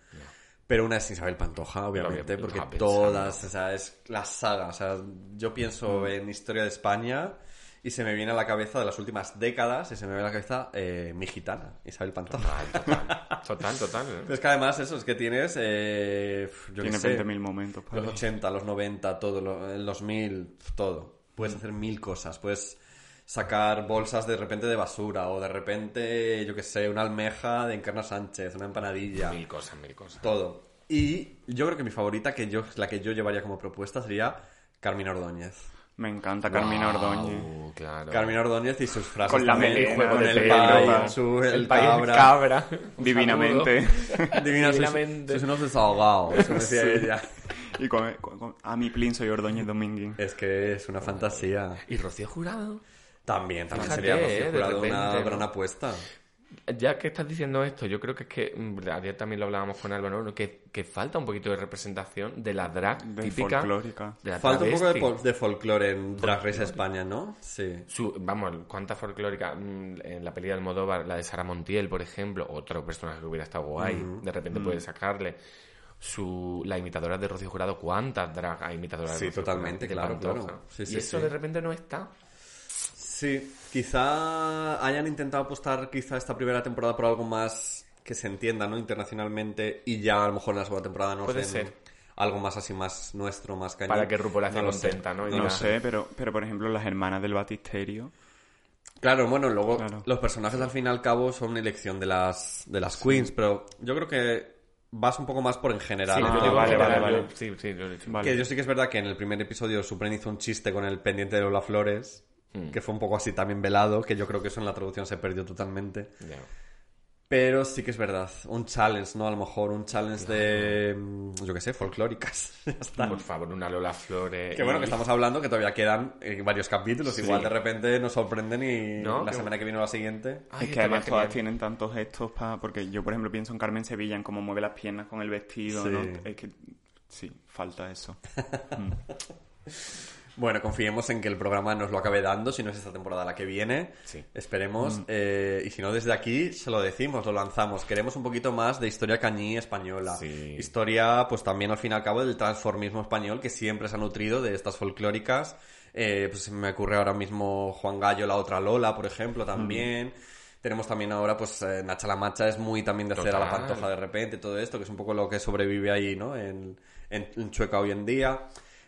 Speaker 1: Pero una es Isabel Pantoja, obviamente,
Speaker 3: Lo había- lo
Speaker 1: porque
Speaker 3: estaba pensando.
Speaker 1: todas, o sea, es la saga. O sea, yo pienso en Historia de España y se me viene a la cabeza de las últimas décadas y se me viene a la cabeza eh, mi gitana, Isabel Pantoja.
Speaker 3: Ay, total, total, total. ¿eh?
Speaker 1: Pero es que además eso, es que tienes... eh, yo qué
Speaker 2: Tiene
Speaker 1: sé,
Speaker 2: 20.000 momentos. para
Speaker 1: los
Speaker 2: mí.
Speaker 1: 80, los 90, todo, lo- el 2000, todo. Puedes
Speaker 2: Mm.
Speaker 1: hacer mil cosas. Puedes sacar bolsas de repente de basura o de repente, yo qué sé, una almeja de Encarna Sánchez, una empanadilla,
Speaker 3: Mil cosas, mil cosas.
Speaker 1: todo. Y yo creo que mi favorita, que yo, la que yo llevaría como propuesta, sería Carmina Ordóñez.
Speaker 2: Me encanta Carmina
Speaker 3: Wow,
Speaker 2: Ordóñez.
Speaker 3: Claro.
Speaker 1: Carmina Ordóñez y sus frases
Speaker 2: Con la
Speaker 1: también,
Speaker 2: melena,
Speaker 1: con
Speaker 2: de
Speaker 1: el
Speaker 2: pelo,
Speaker 1: pay,
Speaker 2: va.
Speaker 1: su- el,
Speaker 3: país
Speaker 1: cabra.
Speaker 3: cabra. Un
Speaker 2: Divinamente.
Speaker 3: saludo.
Speaker 1: Divina, sois-
Speaker 3: Divinamente.
Speaker 1: sois unos desahogados, eso decía
Speaker 2: Sí.
Speaker 1: ella.
Speaker 2: y con, con- con- a mi plin soy Ordóñez Dominguín.
Speaker 1: Es que es una fantasía.
Speaker 3: Y Rocío Jurado.
Speaker 1: También, también
Speaker 3: Fíjate,
Speaker 1: sería
Speaker 3: eh,
Speaker 1: Rocío
Speaker 3: de
Speaker 1: Jurado una
Speaker 3: repente, ¿no?
Speaker 1: gran apuesta.
Speaker 3: Ya que estás diciendo esto, yo creo que es que mm, ayer también lo hablábamos con Álvaro, ¿no? que, que falta un poquito de representación de la drag
Speaker 2: De
Speaker 3: típica.
Speaker 2: folclórica.
Speaker 3: de la
Speaker 1: Falta un poco de,
Speaker 3: travesti.
Speaker 1: pol- de folclore en Drag Race España, ¿no? Sí.
Speaker 3: Su- vamos, ¿cuántas folclóricas? Mm, En la peli de Almodóvar, la de Sara Montiel, por ejemplo, otro personaje que hubiera estado guay, de repente puede sacarle. Su, la imitadora de Rocío Jurado, ¿cuántas drag hay imitadoras
Speaker 1: Sí,
Speaker 3: de Rocío Jurado?
Speaker 1: totalmente,
Speaker 3: De
Speaker 1: claro,
Speaker 3: Pantoja.
Speaker 1: claro. Sí,
Speaker 3: y
Speaker 1: sí,
Speaker 3: eso
Speaker 1: sí.
Speaker 3: de repente no está.
Speaker 1: Sí, quizá hayan intentado apostar quizá esta primera temporada por algo más que se entienda, ¿no? Internacionalmente y ya a lo mejor en la segunda temporada nos
Speaker 3: Puede
Speaker 1: den
Speaker 3: ser.
Speaker 1: algo más así, más nuestro, más cañón.
Speaker 3: Para que RuPaul la esté
Speaker 1: No lo sé.
Speaker 3: contenta, ¿no? Y
Speaker 2: No
Speaker 3: diga,
Speaker 2: sé, pero, pero por ejemplo, las hermanas del Batisterio.
Speaker 1: Claro, bueno, luego
Speaker 2: Claro.
Speaker 1: los personajes al fin y al cabo son una elección de las, de las queens, pero yo creo que vas un poco más por en general.
Speaker 3: Sí,
Speaker 2: Ah,
Speaker 3: yo digo
Speaker 2: vale,
Speaker 3: en general,
Speaker 2: vale,
Speaker 3: yo-
Speaker 2: vale.
Speaker 3: Sí, sí, yo- sí.
Speaker 2: Vale.
Speaker 1: Que yo sí que es verdad que en el primer episodio Supren hizo un chiste con el pendiente de Lola Flores,
Speaker 3: Hmm.
Speaker 1: que fue un poco así también velado, que yo creo que eso en la traducción se perdió totalmente.
Speaker 3: Ya.
Speaker 1: Pero sí que es verdad, un challenge, ¿no? A lo mejor un challenge de, mm, yo qué sé, folclóricas. Ya está.
Speaker 3: Por favor, una Lola Flores.
Speaker 1: Que bueno,
Speaker 3: Eh, y-
Speaker 1: que estamos hablando que todavía quedan eh, varios capítulos, igual de repente nos sorprenden y
Speaker 3: ¿No?
Speaker 1: la
Speaker 3: Que-
Speaker 1: semana que viene o la siguiente.
Speaker 3: Ay,
Speaker 2: es que
Speaker 3: estaría
Speaker 2: además todas
Speaker 3: genial.
Speaker 2: tienen tantos gestos para... Porque yo, por ejemplo, pienso en Carmen Sevilla, en cómo mueve las piernas con el vestido,
Speaker 1: Sí.
Speaker 2: ¿no? Es que... Sí, falta eso.
Speaker 1: Bueno, confiemos en que el programa nos lo acabe dando, si no es esta temporada la que viene.
Speaker 3: Sí. Mm.
Speaker 1: Esperemos. eh, y si no, desde aquí se lo decimos, lo lanzamos. Queremos un poquito más de historia cañí española.
Speaker 3: Sí.
Speaker 1: Historia, pues también al fin y al cabo, del transformismo español que siempre se ha nutrido de estas folclóricas.
Speaker 3: Mm.
Speaker 1: Eh, pues se me ocurre ahora mismo Juan Gallo, la otra Lola, por ejemplo, también. Tenemos también ahora, pues, eh, Nacha la Macha es muy también de hacer a la
Speaker 3: Total.
Speaker 1: pantoja de repente, todo esto, que es un poco lo que sobrevive ahí, ¿no? En, en- en Chueca hoy en día.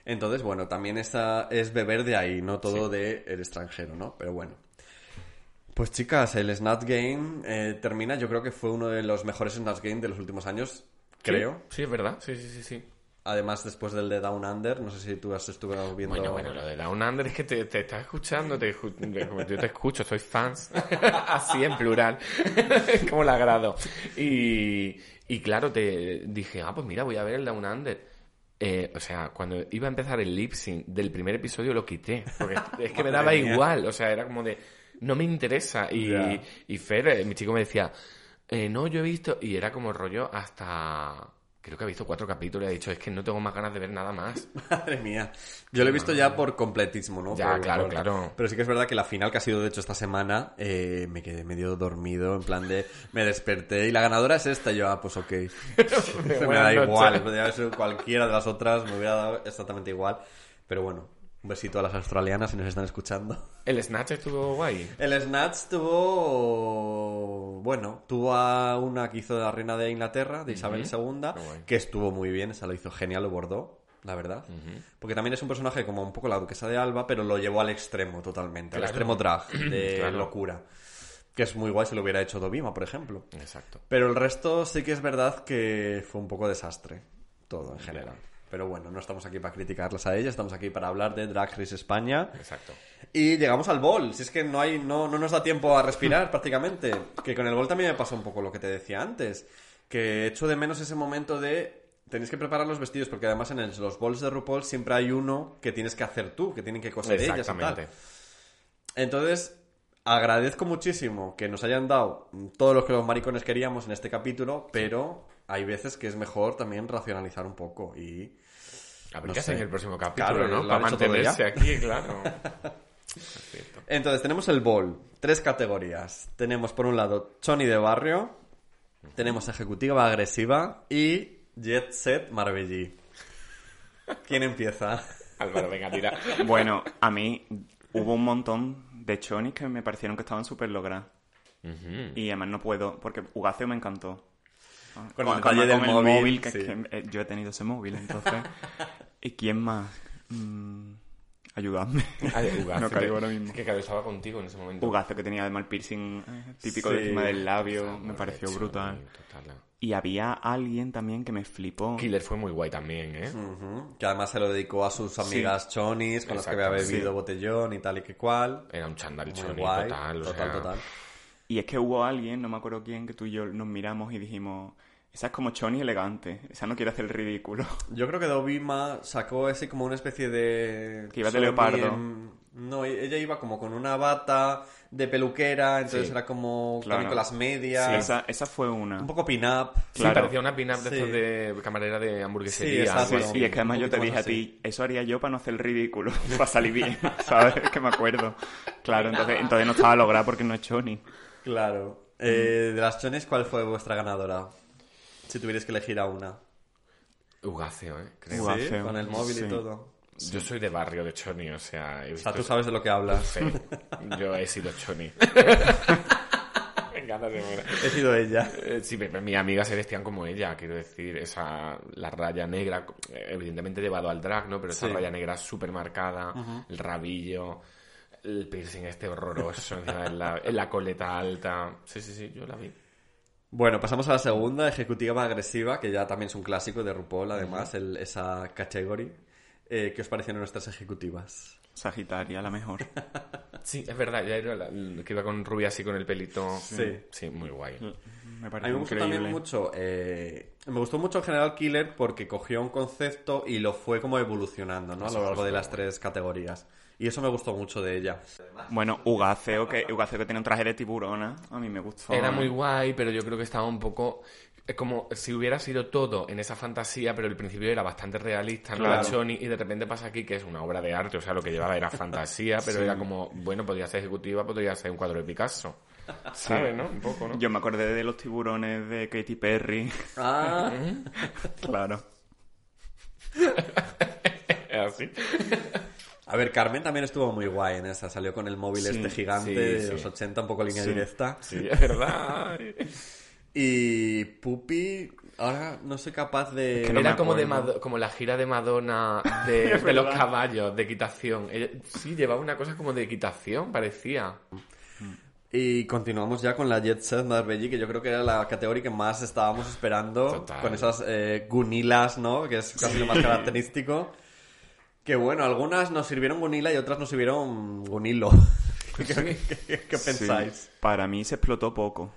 Speaker 1: Entonces, bueno, también esa es beber de ahí, no todo del extranjero, ¿no? Pero bueno. Pues chicas, el Snatch Game eh, termina, yo creo que fue uno de los mejores Snatch Game de los últimos años, creo.
Speaker 3: Sí, sí, es verdad. Sí, sí, sí, sí.
Speaker 1: Además, después del de Down Under, no sé si tú has estuvo viendo...
Speaker 3: Bueno, bueno, lo de Down Under es que te, te estás escuchando, te, ju- yo te escucho, soy fans, así en plural, como le agrado. Y, y claro, te dije, ah, pues mira, voy a ver el Down Under. Eh, o sea, cuando iba a empezar el lip sync del primer episodio lo quité, porque es que
Speaker 1: Madre
Speaker 3: me daba
Speaker 1: mía.
Speaker 3: igual, o sea, era como de, no me interesa. Y,
Speaker 1: Ya.
Speaker 3: y Fer, eh, mi chico me decía, eh, no, yo he visto, y era como rollo hasta... Creo que ha visto cuatro capítulos y ha dicho, es que no tengo más ganas de ver nada más.
Speaker 1: Madre mía. Yo lo he visto ya por completismo, ¿no?
Speaker 3: Ya,
Speaker 1: Por-
Speaker 3: claro,
Speaker 1: por-
Speaker 3: claro.
Speaker 1: Pero sí que es verdad que la final que ha sido, de hecho, esta semana, eh, me quedé medio dormido, en plan de me desperté y la ganadora es esta. Y yo, ah, pues ok. me da
Speaker 3: Buenas noches.
Speaker 1: igual. Podría haber sido cualquiera de las otras, me hubiera dado exactamente igual. Pero bueno, un besito a las australianas si nos están escuchando.
Speaker 3: El Snatch estuvo guay.
Speaker 1: El Snatch tuvo. Bueno, tuvo a una que hizo de la reina de Inglaterra, de Isabel
Speaker 3: Qué guay.
Speaker 1: II, que estuvo muy bien, esa lo hizo genial, lo bordó, la verdad. Porque también es un personaje como un poco la duquesa de Alba, pero lo llevó al extremo totalmente, al
Speaker 3: Claro.
Speaker 1: extremo drag, de
Speaker 3: Claro.
Speaker 1: locura. Que es muy guay si lo hubiera hecho Dovima, por ejemplo.
Speaker 3: Exacto.
Speaker 1: Pero el resto sí que es verdad que fue un poco desastre, todo en general. Pero bueno, no estamos aquí para criticarlas a ellas, estamos aquí para hablar de Drag Race España.
Speaker 3: Exacto.
Speaker 1: Y llegamos al bol, si es que no hay, no, no nos da tiempo a respirar prácticamente. Que con el bol también me pasa un poco lo que te decía antes. Que echo de menos ese momento de tenéis que preparar los vestidos, porque además en el- los bols de RuPaul siempre hay uno que tienes que hacer tú, que tienen que coser ellas y tal.
Speaker 3: Exactamente.
Speaker 1: Entonces, agradezco muchísimo que nos hayan dado todo lo que los maricones queríamos en este capítulo, pero hay veces que es mejor también racionalizar un poco y
Speaker 3: Habría
Speaker 1: No
Speaker 3: que hacer
Speaker 1: sé.
Speaker 3: en el próximo capítulo,
Speaker 1: Claro,
Speaker 3: ¿no?
Speaker 1: lo
Speaker 3: Para
Speaker 1: han hecho todo ya.
Speaker 3: mantenerse aquí, claro. Es cierto.
Speaker 1: Entonces, tenemos el bowl. Tres categorías. Tenemos, por un lado, Choni de barrio. Tenemos ejecutiva agresiva. Y Jet Set Marbellí. ¿Quién empieza?
Speaker 3: Álvaro, venga, tira.
Speaker 2: Bueno, a mí hubo un montón de chonis que me parecieron que estaban súper logradas. Y además no puedo, porque Ugacio me encantó.
Speaker 1: Con el detalle del
Speaker 2: el
Speaker 1: móvil,
Speaker 2: que es
Speaker 1: sí.
Speaker 2: que, eh, yo he tenido ese móvil, entonces. ¿Y quién más? Mm, ayudadme.
Speaker 3: Ay, Ugacio,
Speaker 2: no caigo
Speaker 3: que-
Speaker 2: ahora mismo.
Speaker 3: es que claro, estaba contigo en ese momento.
Speaker 2: Ugacio, que tenía además el piercing eh, típico
Speaker 1: Sí.
Speaker 2: de encima del labio,
Speaker 3: Está
Speaker 2: me
Speaker 3: muy
Speaker 2: pareció
Speaker 3: hecho,
Speaker 2: brutal.
Speaker 3: muy total, ¿no?
Speaker 2: Y había alguien también que me flipó.
Speaker 3: Killer fue muy guay también, ¿eh?
Speaker 1: Mm. Ujú, Que además se lo dedicó a sus amigas Chonis, con las que
Speaker 3: Exacto,
Speaker 1: había
Speaker 2: sí.
Speaker 1: bebido botellón y tal y que cual.
Speaker 3: Era un chándal
Speaker 1: Muy
Speaker 3: choni
Speaker 1: guay.
Speaker 3: total, o
Speaker 1: total,
Speaker 3: sea,
Speaker 1: total.
Speaker 2: Y es que hubo alguien, no me acuerdo quién, que tú y yo nos miramos y dijimos, esa es como Choni elegante, esa no quiere hacer el ridículo.
Speaker 1: Yo creo que Dovima sacó así como una especie de...
Speaker 2: Que iba de
Speaker 1: Sony
Speaker 2: leopardo.
Speaker 1: en- No, e- ella iba como con una bata de peluquera, entonces
Speaker 3: Sí.
Speaker 1: era como
Speaker 2: Claro.
Speaker 1: también con las medias,
Speaker 2: Esa, esa fue una.
Speaker 1: un poco pin-up.
Speaker 3: Sí,
Speaker 2: Claro.
Speaker 3: parecía una pin-up de
Speaker 1: Sí.
Speaker 3: estos de camarera de
Speaker 1: Sí,
Speaker 3: hamburguesería.
Speaker 1: exacto.
Speaker 2: Ah,
Speaker 3: algo
Speaker 2: Sí,
Speaker 1: Bueno,
Speaker 2: sí, es que además
Speaker 1: un
Speaker 2: yo te
Speaker 1: poquito
Speaker 2: dije
Speaker 1: más
Speaker 2: a ti, eso haría yo para no hacer el ridículo, para salir bien, ¿sabes? Que me acuerdo. Claro, entonces, entonces no estaba logrado porque no es Choni.
Speaker 1: Claro. Eh, de las chones, ¿cuál fue vuestra ganadora? Si tuvierais que elegir a una.
Speaker 3: así. Ugacio, ¿eh? Creo.
Speaker 2: Ugacio.
Speaker 1: ¿Sí? Con el móvil
Speaker 2: Sí.
Speaker 1: y todo.
Speaker 3: Yo soy de barrio de choni, o sea... he
Speaker 1: O sea,
Speaker 3: visto
Speaker 1: tú sabes de lo que hablas.
Speaker 3: Sí, yo he sido Choni. me encanta ese nombre.
Speaker 1: He sido ella.
Speaker 3: Eh, Sí, mi- mis amigas se vestían como ella, quiero decir, esa la raya negra, eh, evidentemente llevado al drag, ¿no? Pero esa
Speaker 1: Sí.
Speaker 3: raya negra súper marcada, el rabillo, el piercing este horroroso encima en, la, en la coleta alta. Sí, sí, sí, yo la vi.
Speaker 1: Bueno, pasamos a la segunda, ejecutiva agresiva, que ya también es un clásico de RuPaul, además, el- esa category. Eh, ¿Qué os parecieron nuestras ejecutivas?
Speaker 2: Sagitaria, la mejor.
Speaker 3: Sí, es verdad, ya era la, la que iba con rubia así con el pelito. Mm,
Speaker 1: Sí.
Speaker 3: Sí, muy guay.
Speaker 2: Me
Speaker 1: A mí
Speaker 2: parece
Speaker 1: me gustó también
Speaker 2: increíble.
Speaker 1: mucho. eh, me gustó mucho en general Killer porque cogió un concepto y lo fue como evolucionando, ¿no? A lo largo de las tres categorías. Y eso me gustó mucho de ella.
Speaker 2: Bueno, Ugaceo que, Ugaceo que tenía un traje de tiburona, a mí me gustó.
Speaker 3: Era muy guay, pero yo creo que estaba un poco... Es como si hubiera sido todo en esa fantasía, pero el principio era bastante realista, ¿no? La
Speaker 2: Claro.
Speaker 3: Choni, y de repente pasa aquí que es una obra de arte, o sea, lo que llevaba era fantasía, pero
Speaker 2: Sí.
Speaker 3: era como, bueno, podría ser ejecutiva, podría ser un cuadro de Picasso. ¿Sabes, no? Un poco, ¿no?
Speaker 2: Yo me acordé de los tiburones de Katy Perry,
Speaker 1: Ah,
Speaker 2: claro.
Speaker 3: Es así.
Speaker 1: A ver, Carmen también estuvo muy guay en esa. Salió con el móvil
Speaker 3: Sí,
Speaker 1: este gigante
Speaker 3: sí,
Speaker 1: de
Speaker 3: sí.
Speaker 1: los 80, un poco línea
Speaker 2: Sí.
Speaker 1: directa.
Speaker 3: Sí, es verdad.
Speaker 1: Y Pupi, ahora no soy capaz de...
Speaker 2: Es que no
Speaker 3: Era
Speaker 2: me
Speaker 3: como, de
Speaker 2: acuerdo.
Speaker 3: Mado- como la gira de Madonna de,
Speaker 2: Es
Speaker 3: de los
Speaker 2: verdad.
Speaker 3: caballos, de equitación. Ella- Sí, llevaba una cosa como de equitación, parecía.
Speaker 1: Y continuamos ya con la Jet Set Marbelli, que yo creo que era la categoría que más estábamos esperando.
Speaker 3: Total.
Speaker 1: Con esas eh, gunilas, ¿no? Que es casi lo más característico. Que bueno, algunas nos sirvieron gunila y otras nos sirvieron gunilo. ¿Qué, qué- qué
Speaker 2: Sí,
Speaker 1: pensáis?
Speaker 2: para mí se explotó poco.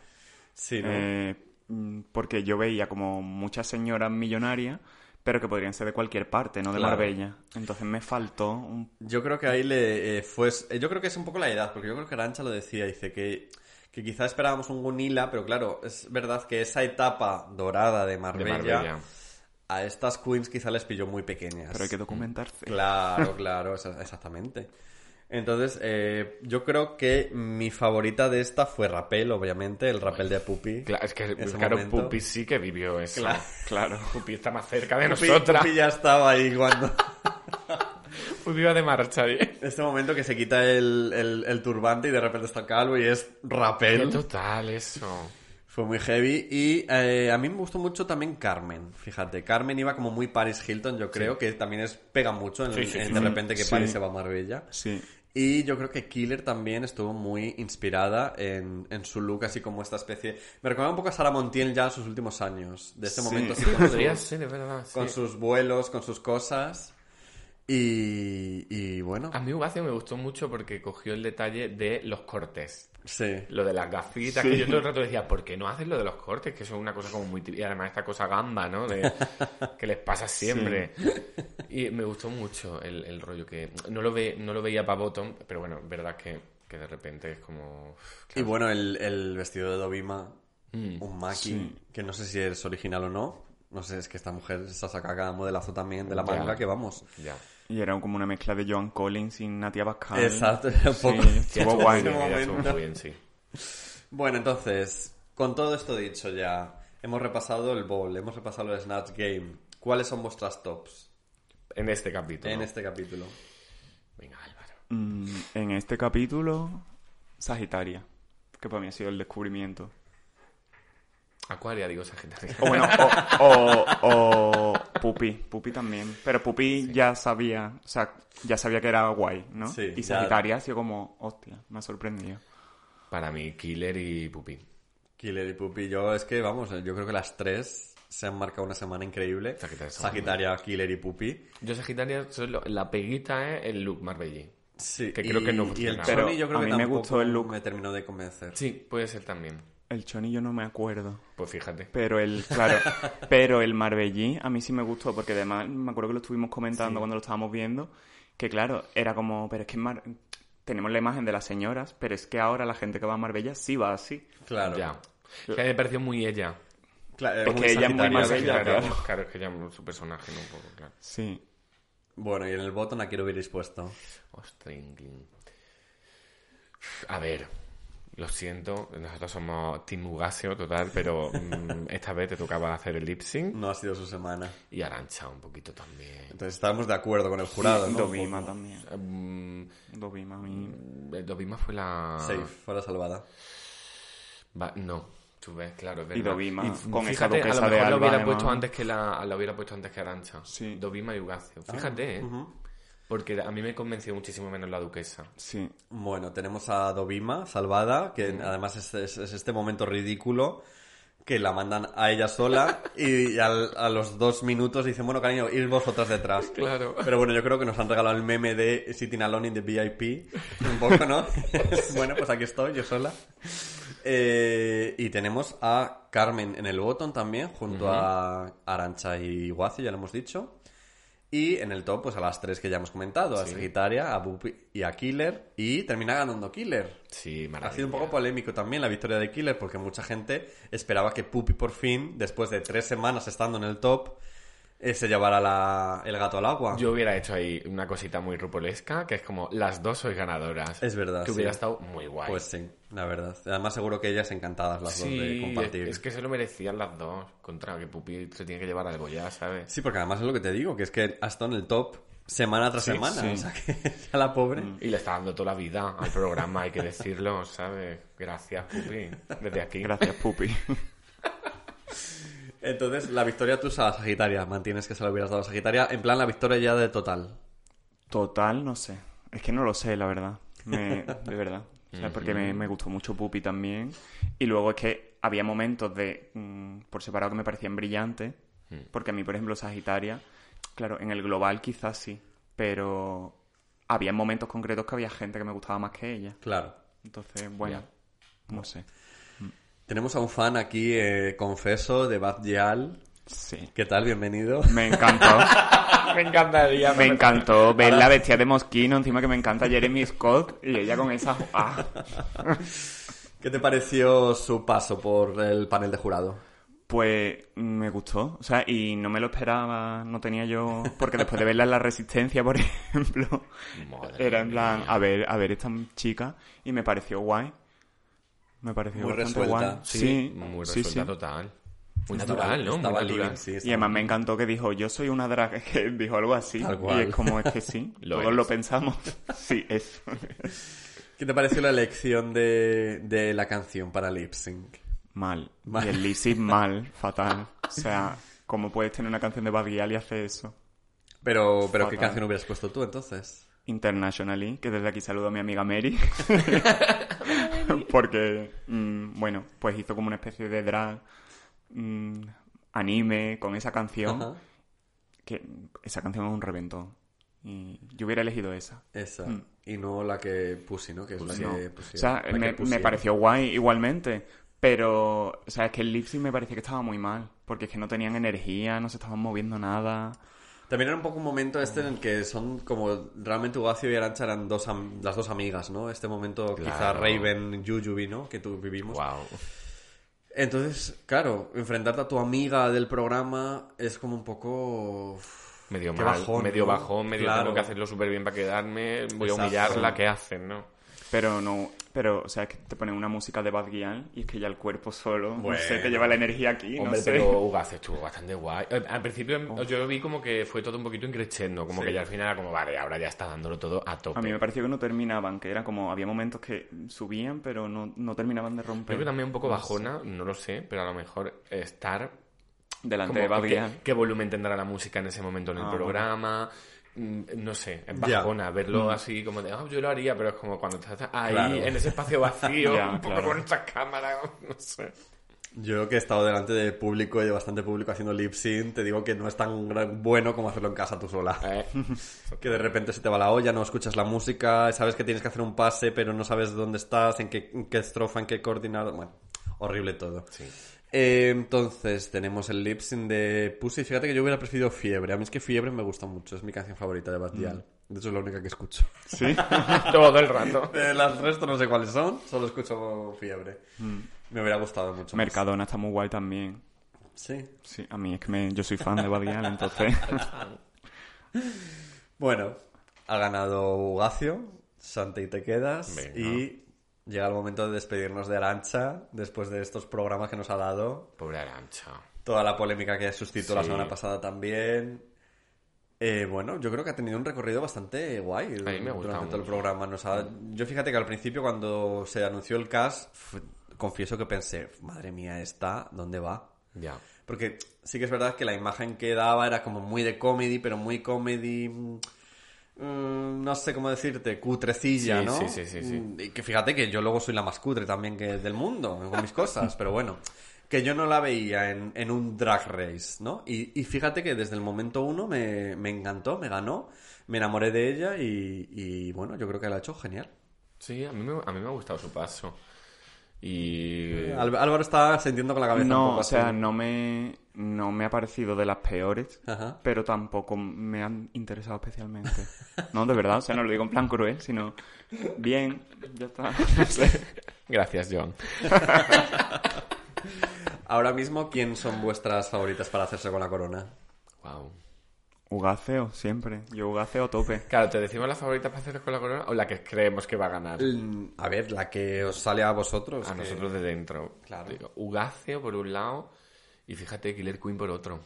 Speaker 1: Sí, ¿no?
Speaker 2: Eh, mm, porque yo veía como muchas señoras millonarias, pero que podrían ser de cualquier parte, no de
Speaker 1: Claro.
Speaker 2: Marbella. Entonces me faltó un...
Speaker 1: Yo creo que ahí le eh, fue... eh, Yo creo que es un poco la edad, porque yo creo que Arancha lo decía, dice que, que quizá esperábamos un Gunila, pero claro, es verdad que esa etapa dorada de
Speaker 3: De
Speaker 1: Marbella,
Speaker 3: Marbella.
Speaker 1: a estas queens quizá les pilló muy pequeñas.
Speaker 2: Pero hay que documentarse.
Speaker 1: Claro, claro, esa- exactamente. Entonces, eh, yo creo que mi favorita de esta fue Rapel, obviamente, el Rapel de Pupi.
Speaker 3: Claro, es que
Speaker 1: Ese
Speaker 3: claro,
Speaker 1: momento.
Speaker 3: Pupi sí que vivió eso.
Speaker 1: Claro.
Speaker 2: Claro.
Speaker 3: Pupi está más cerca de
Speaker 1: Pupi-
Speaker 3: nosotras.
Speaker 1: Pupi ya estaba ahí cuando...
Speaker 3: Pupi va de marcha, ¿eh?
Speaker 1: este momento que se quita el, el- el turbante y de repente está calvo y es
Speaker 3: Qué
Speaker 1: Rapel.
Speaker 3: total eso.
Speaker 1: Fue muy heavy y eh, a mí me gustó mucho también Carmen, fíjate. Carmen iba como muy Paris Hilton, yo creo, que también es pega mucho en,
Speaker 3: Sí, sí,
Speaker 1: en
Speaker 3: sí.
Speaker 1: de repente que
Speaker 2: Sí.
Speaker 1: Paris se va a Marbella.
Speaker 2: Sí.
Speaker 1: Y yo creo que Killer también estuvo muy inspirada en, en su look, así como esta especie... Me recuerda un poco a Sara Montiel ya en sus últimos años, de este
Speaker 2: Sí.
Speaker 1: momento así
Speaker 2: Sí,
Speaker 1: con,
Speaker 3: Podría
Speaker 1: sus-
Speaker 3: ser, es verdad. sí.
Speaker 1: con sus vuelos, con sus cosas. Y, y bueno,
Speaker 3: A mí Ugacio me gustó mucho porque cogió el detalle de los cortes.
Speaker 1: sí.
Speaker 3: Lo de las gafitas, que yo todo el rato decía, ¿por qué no haces lo de los cortes? Que son una cosa como muy típica. Y además esta cosa gamba, ¿no? De- que les pasa siempre. Y me gustó mucho el, el rollo que... No lo, ve, no lo veía para Bottom, pero bueno, es verdad que, que de repente es como...
Speaker 1: Y bueno, el, el vestido de Dobima,
Speaker 3: Mm,
Speaker 1: un maki,
Speaker 2: sí.
Speaker 1: que no sé si es original o no. No sé, es que esta mujer se ha sacado cada modelazo también de la
Speaker 3: Ya.
Speaker 1: manga que vamos.
Speaker 3: ya.
Speaker 2: Y era como una mezcla de Joan Collins y Natia Bascal.
Speaker 1: Exacto, era un
Speaker 2: Sí,
Speaker 1: poco-
Speaker 3: Ya
Speaker 2: estuvo
Speaker 3: estuvo
Speaker 2: guay.
Speaker 3: muy bien, ya
Speaker 1: momento.
Speaker 3: estuvo muy bien, sí.
Speaker 1: Bueno, entonces, con todo esto dicho ya, hemos repasado el bowl, hemos repasado el Snatch Game. ¿Cuáles son vuestras tops
Speaker 3: En este capítulo.
Speaker 1: en este capítulo?
Speaker 3: Venga, Álvaro.
Speaker 2: Mm, en este capítulo, Sagitaria, que para mí ha sido el descubrimiento.
Speaker 3: Acuaria, digo, Sagitario.
Speaker 2: O bueno, o, o- o Pupi, Pupi también. Pero Pupi ya sabía, o sea, ya sabía que era guay, ¿no?
Speaker 1: Sí,
Speaker 2: y
Speaker 1: ya-
Speaker 2: Sagitaria ha sido como, hostia, me ha sorprendido.
Speaker 3: Para mí, Killer y Pupi.
Speaker 1: Killer y Pupi, yo es que, vamos, yo creo que las tres se han marcado una semana increíble.
Speaker 3: Sagitaria,
Speaker 1: Sagitaria, Killer y Pupi.
Speaker 3: Yo Sagitario, soy lo- la peguita es el look Marbelli.
Speaker 1: Sí,
Speaker 3: Que creo
Speaker 1: y-
Speaker 3: que no
Speaker 1: y el
Speaker 3: funcionaba.
Speaker 1: Choni
Speaker 2: Pero
Speaker 1: yo creo
Speaker 2: a
Speaker 1: que
Speaker 2: mí me
Speaker 1: tampoco
Speaker 2: gustó el look.
Speaker 1: me terminó de convencer.
Speaker 3: Sí, puede ser también.
Speaker 2: El chonillo no me acuerdo.
Speaker 3: Pues fíjate.
Speaker 2: Pero el, claro, pero el Marbellí a mí sí me gustó, porque además me acuerdo que lo estuvimos comentando cuando lo estábamos viendo, que claro, era como, pero es que en Mar- tenemos la imagen de las señoras, pero es que ahora la gente que va a Marbella sí va así.
Speaker 1: Claro.
Speaker 3: Ya. Es que a mí me pareció muy ella.
Speaker 1: Claro, era
Speaker 2: Es que ella es muy
Speaker 1: Sagitaria,
Speaker 2: más
Speaker 1: Sagitaria.
Speaker 2: Sagitaria.
Speaker 3: claro. Claro, es que ella es su personaje, ¿no? Un poco, claro.
Speaker 2: Sí.
Speaker 1: Bueno, y en el botón aquí lo hubierais puesto.
Speaker 3: Ostringling. A ver, lo siento, nosotros somos Team Ugasio total, pero mm, esta vez te tocaba hacer el lip sync
Speaker 1: No ha sido su semana.
Speaker 3: y Arancha un poquito también.
Speaker 1: Entonces estábamos de acuerdo con el jurado, ¿no?
Speaker 2: Dobima también.
Speaker 3: Mm,
Speaker 2: Dobima a mí.
Speaker 3: el Dobima eh, fue la...
Speaker 1: Safe, fuera salvada.
Speaker 3: Va- no, tú ves, claro, es verdad.
Speaker 2: Y Dovima,
Speaker 3: f-
Speaker 2: con esa
Speaker 3: fíjate,
Speaker 2: duquesa
Speaker 3: a lo
Speaker 2: de
Speaker 3: mejor la
Speaker 2: Alba,
Speaker 3: hubiera
Speaker 2: además.
Speaker 3: puesto antes que la, la hubiera puesto antes que Arancha.
Speaker 2: Sí.
Speaker 3: Dovima y Ugacio.
Speaker 1: Ah,
Speaker 3: Fíjate, ¿eh? Porque a mí me convenció muchísimo menos la duquesa.
Speaker 2: Sí.
Speaker 1: Bueno, tenemos a Dovima, salvada, que además es, es- es este momento ridículo que la mandan a ella sola y, al- a los dos minutos dicen, bueno, cariño, ir vosotras detrás.
Speaker 3: Claro.
Speaker 1: Pero bueno, yo creo que nos han regalado el meme de Sitting Alone in the VIP. Un poco, ¿no? bueno, pues aquí estoy, yo sola. Eh, y tenemos a Carmen en el botón también, junto a Arancha y Guacio, ya lo hemos dicho. Y en el top, pues a las tres que ya hemos comentado, a
Speaker 3: Sí.
Speaker 1: Sagitaria, a Bupi y a Killer. Y termina ganando Killer.
Speaker 3: Sí,
Speaker 1: Ha
Speaker 3: maravilla.
Speaker 1: sido un poco polémico también la victoria de Killer, porque mucha gente esperaba que Pupi por fin, después de tres semanas estando en el top, eh, se llevara la- el gato al agua.
Speaker 3: Yo hubiera hecho ahí una cosita muy rupolesca, que es como las dos sois ganadoras.
Speaker 1: Es verdad,
Speaker 3: Que
Speaker 1: sí.
Speaker 3: hubiera estado muy guay.
Speaker 1: Pues sí, la verdad. Además seguro que ellas encantadas las
Speaker 3: sí,
Speaker 1: dos de
Speaker 3: es-
Speaker 1: compartir.
Speaker 3: Es, que se lo merecían las dos. Contra que Pupi se tiene que llevar algo ya, ¿sabes?
Speaker 1: Sí, porque además es lo que te digo, que es que ha estado en el top semana tras semana. O sea que ya la pobre.
Speaker 3: Y le está dando toda la vida al programa, hay que decirlo, ¿sabes? Gracias, Pupi, desde aquí.
Speaker 2: Gracias, Pupi.
Speaker 1: Entonces, la victoria tú a Sagitaria. Mantienes que se la hubieras dado a Sagitaria. En plan, la victoria ya de total.
Speaker 2: Total, no sé. Es que no lo sé, la verdad. Me- de verdad. O sea, porque me, me gustó mucho Pupi también. Y luego es que había momentos de mm, por separado que me parecían brillantes. Porque a mí, por ejemplo, Sagitaria, claro, en el global quizás sí. Pero había momentos concretos que había gente que me gustaba más que ella.
Speaker 1: Claro.
Speaker 2: Entonces, bueno, no sé.
Speaker 1: Tenemos a un fan aquí, eh, confeso, de Bad Yal.
Speaker 2: Sí.
Speaker 1: ¿Qué tal? Bienvenido.
Speaker 2: Me encantó.
Speaker 3: me encantaría.
Speaker 2: Me encantó ver la bestia de Mosquino, encima que me encanta Jeremy Scott y ella con esa... ah.
Speaker 1: ¿Qué te pareció su paso por el panel de jurado?
Speaker 2: Pues me gustó, o sea, y no me lo esperaba, no tenía yo... Porque después de verla en La Resistencia, por ejemplo,
Speaker 3: Madre
Speaker 2: era en plan, "Ah, a ver, a ver esta chica, y me pareció guay. Me pareció
Speaker 1: Muy
Speaker 2: bastante
Speaker 1: resuelta,
Speaker 2: guay.
Speaker 3: Sí, muy
Speaker 2: sí,
Speaker 3: resuelta
Speaker 2: sí.
Speaker 3: total. Muy
Speaker 1: Estaba-
Speaker 3: natural, ¿no? Muy
Speaker 1: estaba
Speaker 3: natural.
Speaker 1: living, sí,
Speaker 2: Y
Speaker 1: estaba-
Speaker 2: además me encantó que dijo, yo soy una drag, que dijo algo así.
Speaker 1: Tal
Speaker 2: Y
Speaker 1: cual.
Speaker 2: es como, es que sí,
Speaker 3: Lo
Speaker 2: todos
Speaker 3: eres.
Speaker 2: lo pensamos. Sí, eso.
Speaker 1: ¿Qué te pareció la elección de, de la canción para lip sync?
Speaker 2: Mal.
Speaker 1: Mal.
Speaker 2: Y el Lizzy mal, fatal. O sea, ¿cómo puedes tener una canción de Babial y hacer eso?
Speaker 1: Pero, pero ¿qué
Speaker 2: Fatal.
Speaker 1: canción hubieras puesto tú entonces?
Speaker 2: Internationally, que desde aquí saludo a mi amiga Mary. Porque, mm, bueno, pues hizo como una especie de drag mm, anime con esa canción.
Speaker 1: Ajá.
Speaker 2: Que esa canción es un reventón. Y yo hubiera elegido esa.
Speaker 1: Esa. Y no la que puse, ¿no? Que es
Speaker 2: Pues
Speaker 1: la
Speaker 2: no.
Speaker 1: que
Speaker 2: Mm. o
Speaker 1: pusieron,
Speaker 2: sea,
Speaker 1: la que
Speaker 2: me, me
Speaker 1: pusieron.
Speaker 2: pareció guay igualmente, pero, o sea, es que el lipsy me parecía que estaba muy mal, porque es que no tenían energía, no se estaban moviendo nada.
Speaker 1: También era un poco un momento este en el que son como realmente Ugacio y Arancha eran dos am- las dos amigas, ¿no? Este momento quizá
Speaker 3: Claro.
Speaker 1: Raven Yuyubi, ¿no? Que tú vivimos.
Speaker 3: Wow.
Speaker 1: Entonces, claro, enfrentarte a tu amiga del programa es como un poco...
Speaker 3: Medio
Speaker 1: Qué
Speaker 3: mal,
Speaker 1: bajón,
Speaker 3: medio
Speaker 1: ¿no?
Speaker 3: bajón, medio
Speaker 1: Claro.
Speaker 3: tengo que hacerlo súper bien para quedarme, voy a
Speaker 1: Exacto.
Speaker 3: humillarla, ¿qué hacen, no?
Speaker 2: Pero no, pero, o sea, es que te ponen una música de Bad Gyal y es que ya el cuerpo solo,
Speaker 1: Bueno.
Speaker 2: no sé, te lleva la energía aquí,
Speaker 3: Hombre,
Speaker 2: no sé.
Speaker 3: pero Ugas estuvo bastante guay. Eh, Al principio yo lo vi como que fue todo un poquito increciendo, como que ya al final era como, vale, ahora ya está dándolo todo a tope.
Speaker 2: A mí me pareció que no terminaban, que era como, había momentos que subían, pero no, no terminaban de romper.
Speaker 3: Creo que también un poco bajona, no lo sé, pero a lo mejor estar...
Speaker 2: Delante
Speaker 3: Como,
Speaker 2: de Bad
Speaker 3: ¿qué,
Speaker 2: Gyal.
Speaker 3: qué volumen tendrá la música en ese momento en el
Speaker 2: Ah,
Speaker 3: programa? Mm, No sé, es
Speaker 1: Ya.
Speaker 3: bajona verlo así como de, ah, yo lo haría, pero es como cuando estás ahí
Speaker 1: Claro.
Speaker 3: en ese espacio vacío,
Speaker 2: Ya,
Speaker 3: un poco
Speaker 2: claro.
Speaker 3: con esta cámara, no sé.
Speaker 1: Yo que he estado delante de público y de bastante público haciendo lip sync, te digo que no es tan gran- bueno como hacerlo en casa tú sola.
Speaker 3: Eh,
Speaker 1: Que de repente se te va la olla, no escuchas la música, sabes que tienes que hacer un pase, pero no sabes dónde estás, en qué, en qué estrofa, en qué coordinado. Bueno, horrible todo. Eh, entonces, tenemos el lip sync de Pussy. Fíjate que yo hubiera preferido Fiebre. A mí es que Fiebre me gusta mucho, es mi canción favorita de Bad Gyal. De hecho, es la única que escucho.
Speaker 2: Sí.
Speaker 3: todo el rato.
Speaker 1: De las resto no sé cuáles son, solo escucho Fiebre. Me hubiera gustado mucho. más.
Speaker 2: Mercadona está muy guay también.
Speaker 1: Sí.
Speaker 2: Sí, a mí es que me- yo soy fan de Bad Gyal, entonces...
Speaker 1: Bueno, ha ganado Ugacio, Santi te quedas
Speaker 3: Venga.
Speaker 1: y llega el momento de despedirnos de Arancha después de estos programas que nos ha dado,
Speaker 3: Pobre Arancha.
Speaker 1: toda la polémica que suscitó la
Speaker 3: Sí.
Speaker 1: semana pasada también. Eh, bueno, yo creo que ha tenido un recorrido bastante guay
Speaker 3: me ha gustado
Speaker 1: durante todo el
Speaker 3: mucho.
Speaker 1: programa. Nos ha- Yo fíjate que al principio cuando se anunció el cast, f- confieso que pensé, madre mía, ¿esta dónde va?
Speaker 3: Ya.
Speaker 1: Porque sí que es verdad que la imagen que daba era como muy de comedy, pero muy comedy. mm, mm, no sé cómo decirte, cutrecilla,
Speaker 3: Sí,
Speaker 1: ¿no?
Speaker 3: sí, sí, sí, sí.
Speaker 1: Mm, Y que fíjate que yo luego soy la más cutre también que del mundo con mis cosas, pero bueno. Que yo no la veía en, en un drag race, ¿no? Y, y fíjate que desde el momento uno me, me encantó, me ganó, me enamoré de ella y, y bueno, yo creo que la ha hecho genial.
Speaker 3: Sí, a mí me, a mí me ha gustado su paso. Y.
Speaker 1: Al- Álvaro está sintiendo con la cabeza un
Speaker 2: No,
Speaker 1: poco
Speaker 2: o sea,
Speaker 1: así.
Speaker 2: no me, no me ha parecido de las peores,
Speaker 1: Ajá.
Speaker 2: pero tampoco me han interesado especialmente. No, de verdad, o sea, no lo digo en plan cruel, sino bien, ya está. No sé.
Speaker 3: Gracias, John.
Speaker 1: Ahora mismo, ¿quién son vuestras favoritas para hacerse con la corona?
Speaker 3: Wow.
Speaker 2: Ugaceo, siempre. Yo ugaceo a tope.
Speaker 3: Claro, ¿te decimos la favorita para hacer con la corona o la que creemos que va a ganar?
Speaker 1: Mm, A ver, la que os sale a vosotros.
Speaker 3: A
Speaker 1: Pues que-
Speaker 3: nosotros de dentro.
Speaker 1: Claro.
Speaker 3: Digo, Ugacio por un lado y fíjate, Killer Queen por otro.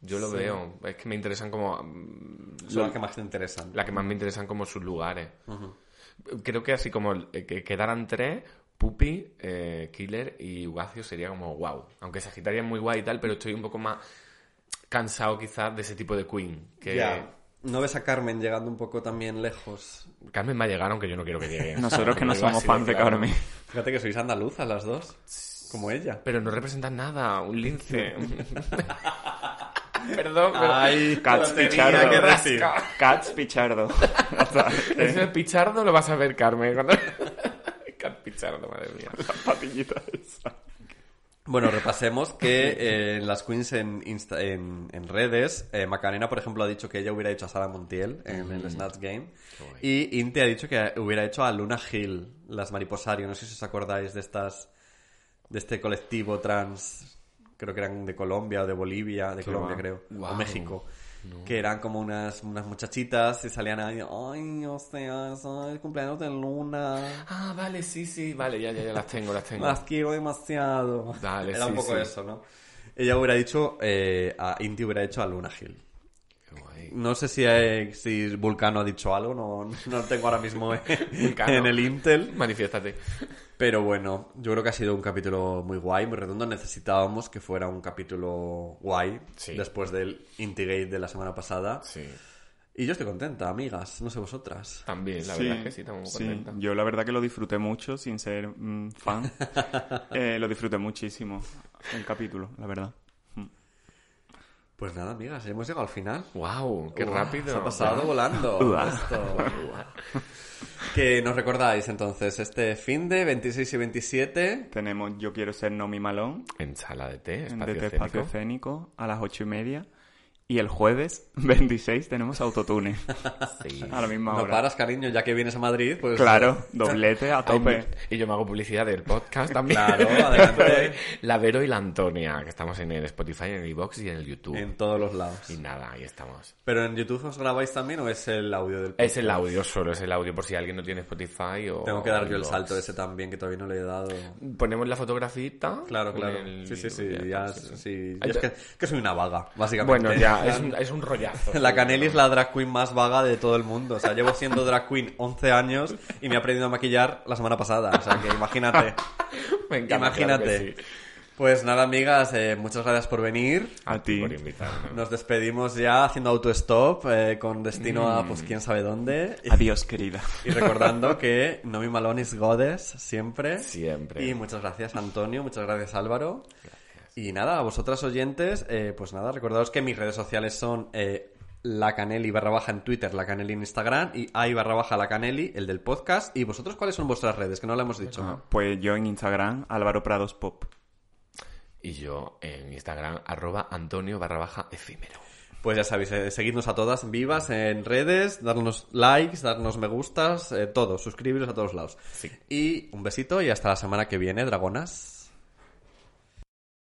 Speaker 3: Yo lo
Speaker 1: Sí.
Speaker 3: veo. Es que me interesan como. mm,
Speaker 1: Son las que más te interesan.
Speaker 3: La que más me interesan como sus lugares. Creo que así como eh, que quedaran tres, Pupi, eh, Killer y Wacio sería como wow. Aunque Sagitaria es muy guay y tal, pero estoy un poco más cansado quizás de ese tipo de Queen. Que
Speaker 1: Ya. ¿No ves a Carmen llegando un poco también lejos?
Speaker 3: Carmen va a llegar aunque yo no quiero que llegue.
Speaker 2: Nosotros que no
Speaker 3: Algo
Speaker 2: somos
Speaker 3: así,
Speaker 2: fans de
Speaker 3: claro.
Speaker 2: Carmen.
Speaker 1: Fíjate que sois andaluzas las dos. Como ella.
Speaker 3: Pero no representan nada, un lince. Perdón, pero...
Speaker 1: Ay,
Speaker 2: Cats
Speaker 1: lo tenía
Speaker 2: Pichardo.
Speaker 1: que rascar.
Speaker 2: decir, Cats Pichardo. O sea, que-
Speaker 3: Ese pichardo lo vas a ver, Carmen. Cuando... Cat pichardo, madre mía.
Speaker 2: la patillita esa.
Speaker 1: Bueno, repasemos que eh, en las queens en, Insta- en, en redes, eh, Macarena, por ejemplo, ha dicho que ella hubiera hecho a Sara Montiel en el Snatch Game. Y Inti ha dicho que hubiera hecho a Luna Hill, las Mariposario. No sé si os acordáis de estas de este colectivo trans, creo que eran de Colombia o de Bolivia, de Colombia
Speaker 3: va.
Speaker 1: creo, o
Speaker 3: Guau.
Speaker 1: México. Que eran como unas, unas muchachitas y salían ahí, ay, o sea, es el cumpleaños de Luna.
Speaker 3: Ah, vale, sí, sí, vale, ya, ya, ya las tengo, las tengo.
Speaker 1: Las quiero demasiado.
Speaker 3: Dale,
Speaker 1: Era un
Speaker 3: sí,
Speaker 1: poco
Speaker 3: sí.
Speaker 1: eso, ¿no? Ella hubiera dicho, eh, a Inti hubiera hecho a Luna Hill.
Speaker 3: Qué guay.
Speaker 1: No sé si, eh, si Vulcano ha dicho algo, no, no tengo ahora mismo en,
Speaker 3: Vulcano.
Speaker 1: en el Intel.
Speaker 3: Manifiéstate.
Speaker 1: Pero bueno, yo creo que ha sido un capítulo muy guay, muy redondo. Necesitábamos que fuera un capítulo guay
Speaker 3: Sí.
Speaker 1: después del Intigate de la semana pasada.
Speaker 3: Sí.
Speaker 1: Y yo estoy contenta, amigas, no sé vosotras.
Speaker 3: También, la verdad es que sí, estamos muy
Speaker 2: sí.
Speaker 3: contentas.
Speaker 2: Yo la verdad que lo disfruté mucho, sin ser mm, fan. Eh, lo disfruté muchísimo el capítulo, la verdad.
Speaker 1: Pues nada, amigas, hemos llegado al final.
Speaker 3: ¡Wow! ¡Qué
Speaker 1: Uah,
Speaker 3: rápido!
Speaker 1: Se ha pasado volando
Speaker 2: Uah.
Speaker 1: esto. que nos recordáis entonces este fin de 26 y 27.
Speaker 2: Tenemos Yo Quiero Ser Nomi Malón
Speaker 3: En sala de té,
Speaker 2: en
Speaker 3: espacio
Speaker 2: DT
Speaker 3: escénico.
Speaker 2: Espacio Escénico a las ocho y media. Y el jueves 26 tenemos Autotune.
Speaker 3: Sí.
Speaker 2: A la misma
Speaker 1: No
Speaker 2: hora.
Speaker 1: paras, cariño, ya que vienes a Madrid, pues.
Speaker 2: Claro, doblete a
Speaker 3: Ay,
Speaker 2: tope.
Speaker 3: Y yo me hago publicidad del podcast también.
Speaker 1: Claro, adelante.
Speaker 3: la Vero y la Antonia, que estamos en el Spotify, en el iBox y en el YouTube.
Speaker 1: En todos los lados.
Speaker 3: Y nada, ahí estamos.
Speaker 1: Pero en YouTube os grabáis también o es el audio del
Speaker 3: Es el audio solo, es el audio por si alguien no tiene Spotify o...
Speaker 1: Tengo que dar yo el
Speaker 3: iVoox.
Speaker 1: salto ese también, que todavía no le he dado.
Speaker 3: Ponemos la fotografita.
Speaker 1: Claro,
Speaker 3: con
Speaker 1: claro.
Speaker 3: el
Speaker 1: Sí, sí, sí.
Speaker 3: vídeo,
Speaker 1: Ya,
Speaker 3: ya está, sí, sí.
Speaker 1: sí.
Speaker 3: Ay,
Speaker 1: Yo es
Speaker 3: ya-
Speaker 1: que, que soy una vaga, básicamente.
Speaker 3: Bueno, ya, es un, es un rollazo.
Speaker 1: La Canelli es la drag queen más vaga de todo el mundo. O sea, llevo siendo drag queen 11 años y me he aprendido a maquillar la semana pasada. O sea, que imagínate.
Speaker 3: Me encanta,
Speaker 1: imagínate.
Speaker 3: claro que sí.
Speaker 1: Pues nada, amigas, eh, muchas gracias por venir.
Speaker 2: A ti.
Speaker 3: Por invitarnos.
Speaker 1: Nos despedimos ya haciendo auto-stop eh, con destino a pues quién sabe dónde.
Speaker 2: Adiós, querida.
Speaker 1: Y recordando que Nomi Malone is goddess siempre.
Speaker 3: Siempre.
Speaker 1: Y muchas gracias Antonio, muchas gracias Álvaro. Y nada, a vosotras oyentes, eh, pues nada, recordaos que mis redes sociales son eh, la Caneli barra baja en Twitter, la Caneli en Instagram y ahí barra baja la Caneli, el del podcast. ¿Y vosotros cuáles son vuestras redes? Que no lo hemos dicho.
Speaker 2: Pues yo en Instagram, Álvaro Prados Pop.
Speaker 3: Y yo en Instagram, arroba Antonio barra baja efímero.
Speaker 1: Pues ya sabéis, eh, seguidnos a todas vivas en redes, darnos likes, darnos me gustas, eh, todo, suscribiros a todos lados.
Speaker 3: Sí.
Speaker 1: Y un besito y hasta la semana que viene, dragonas.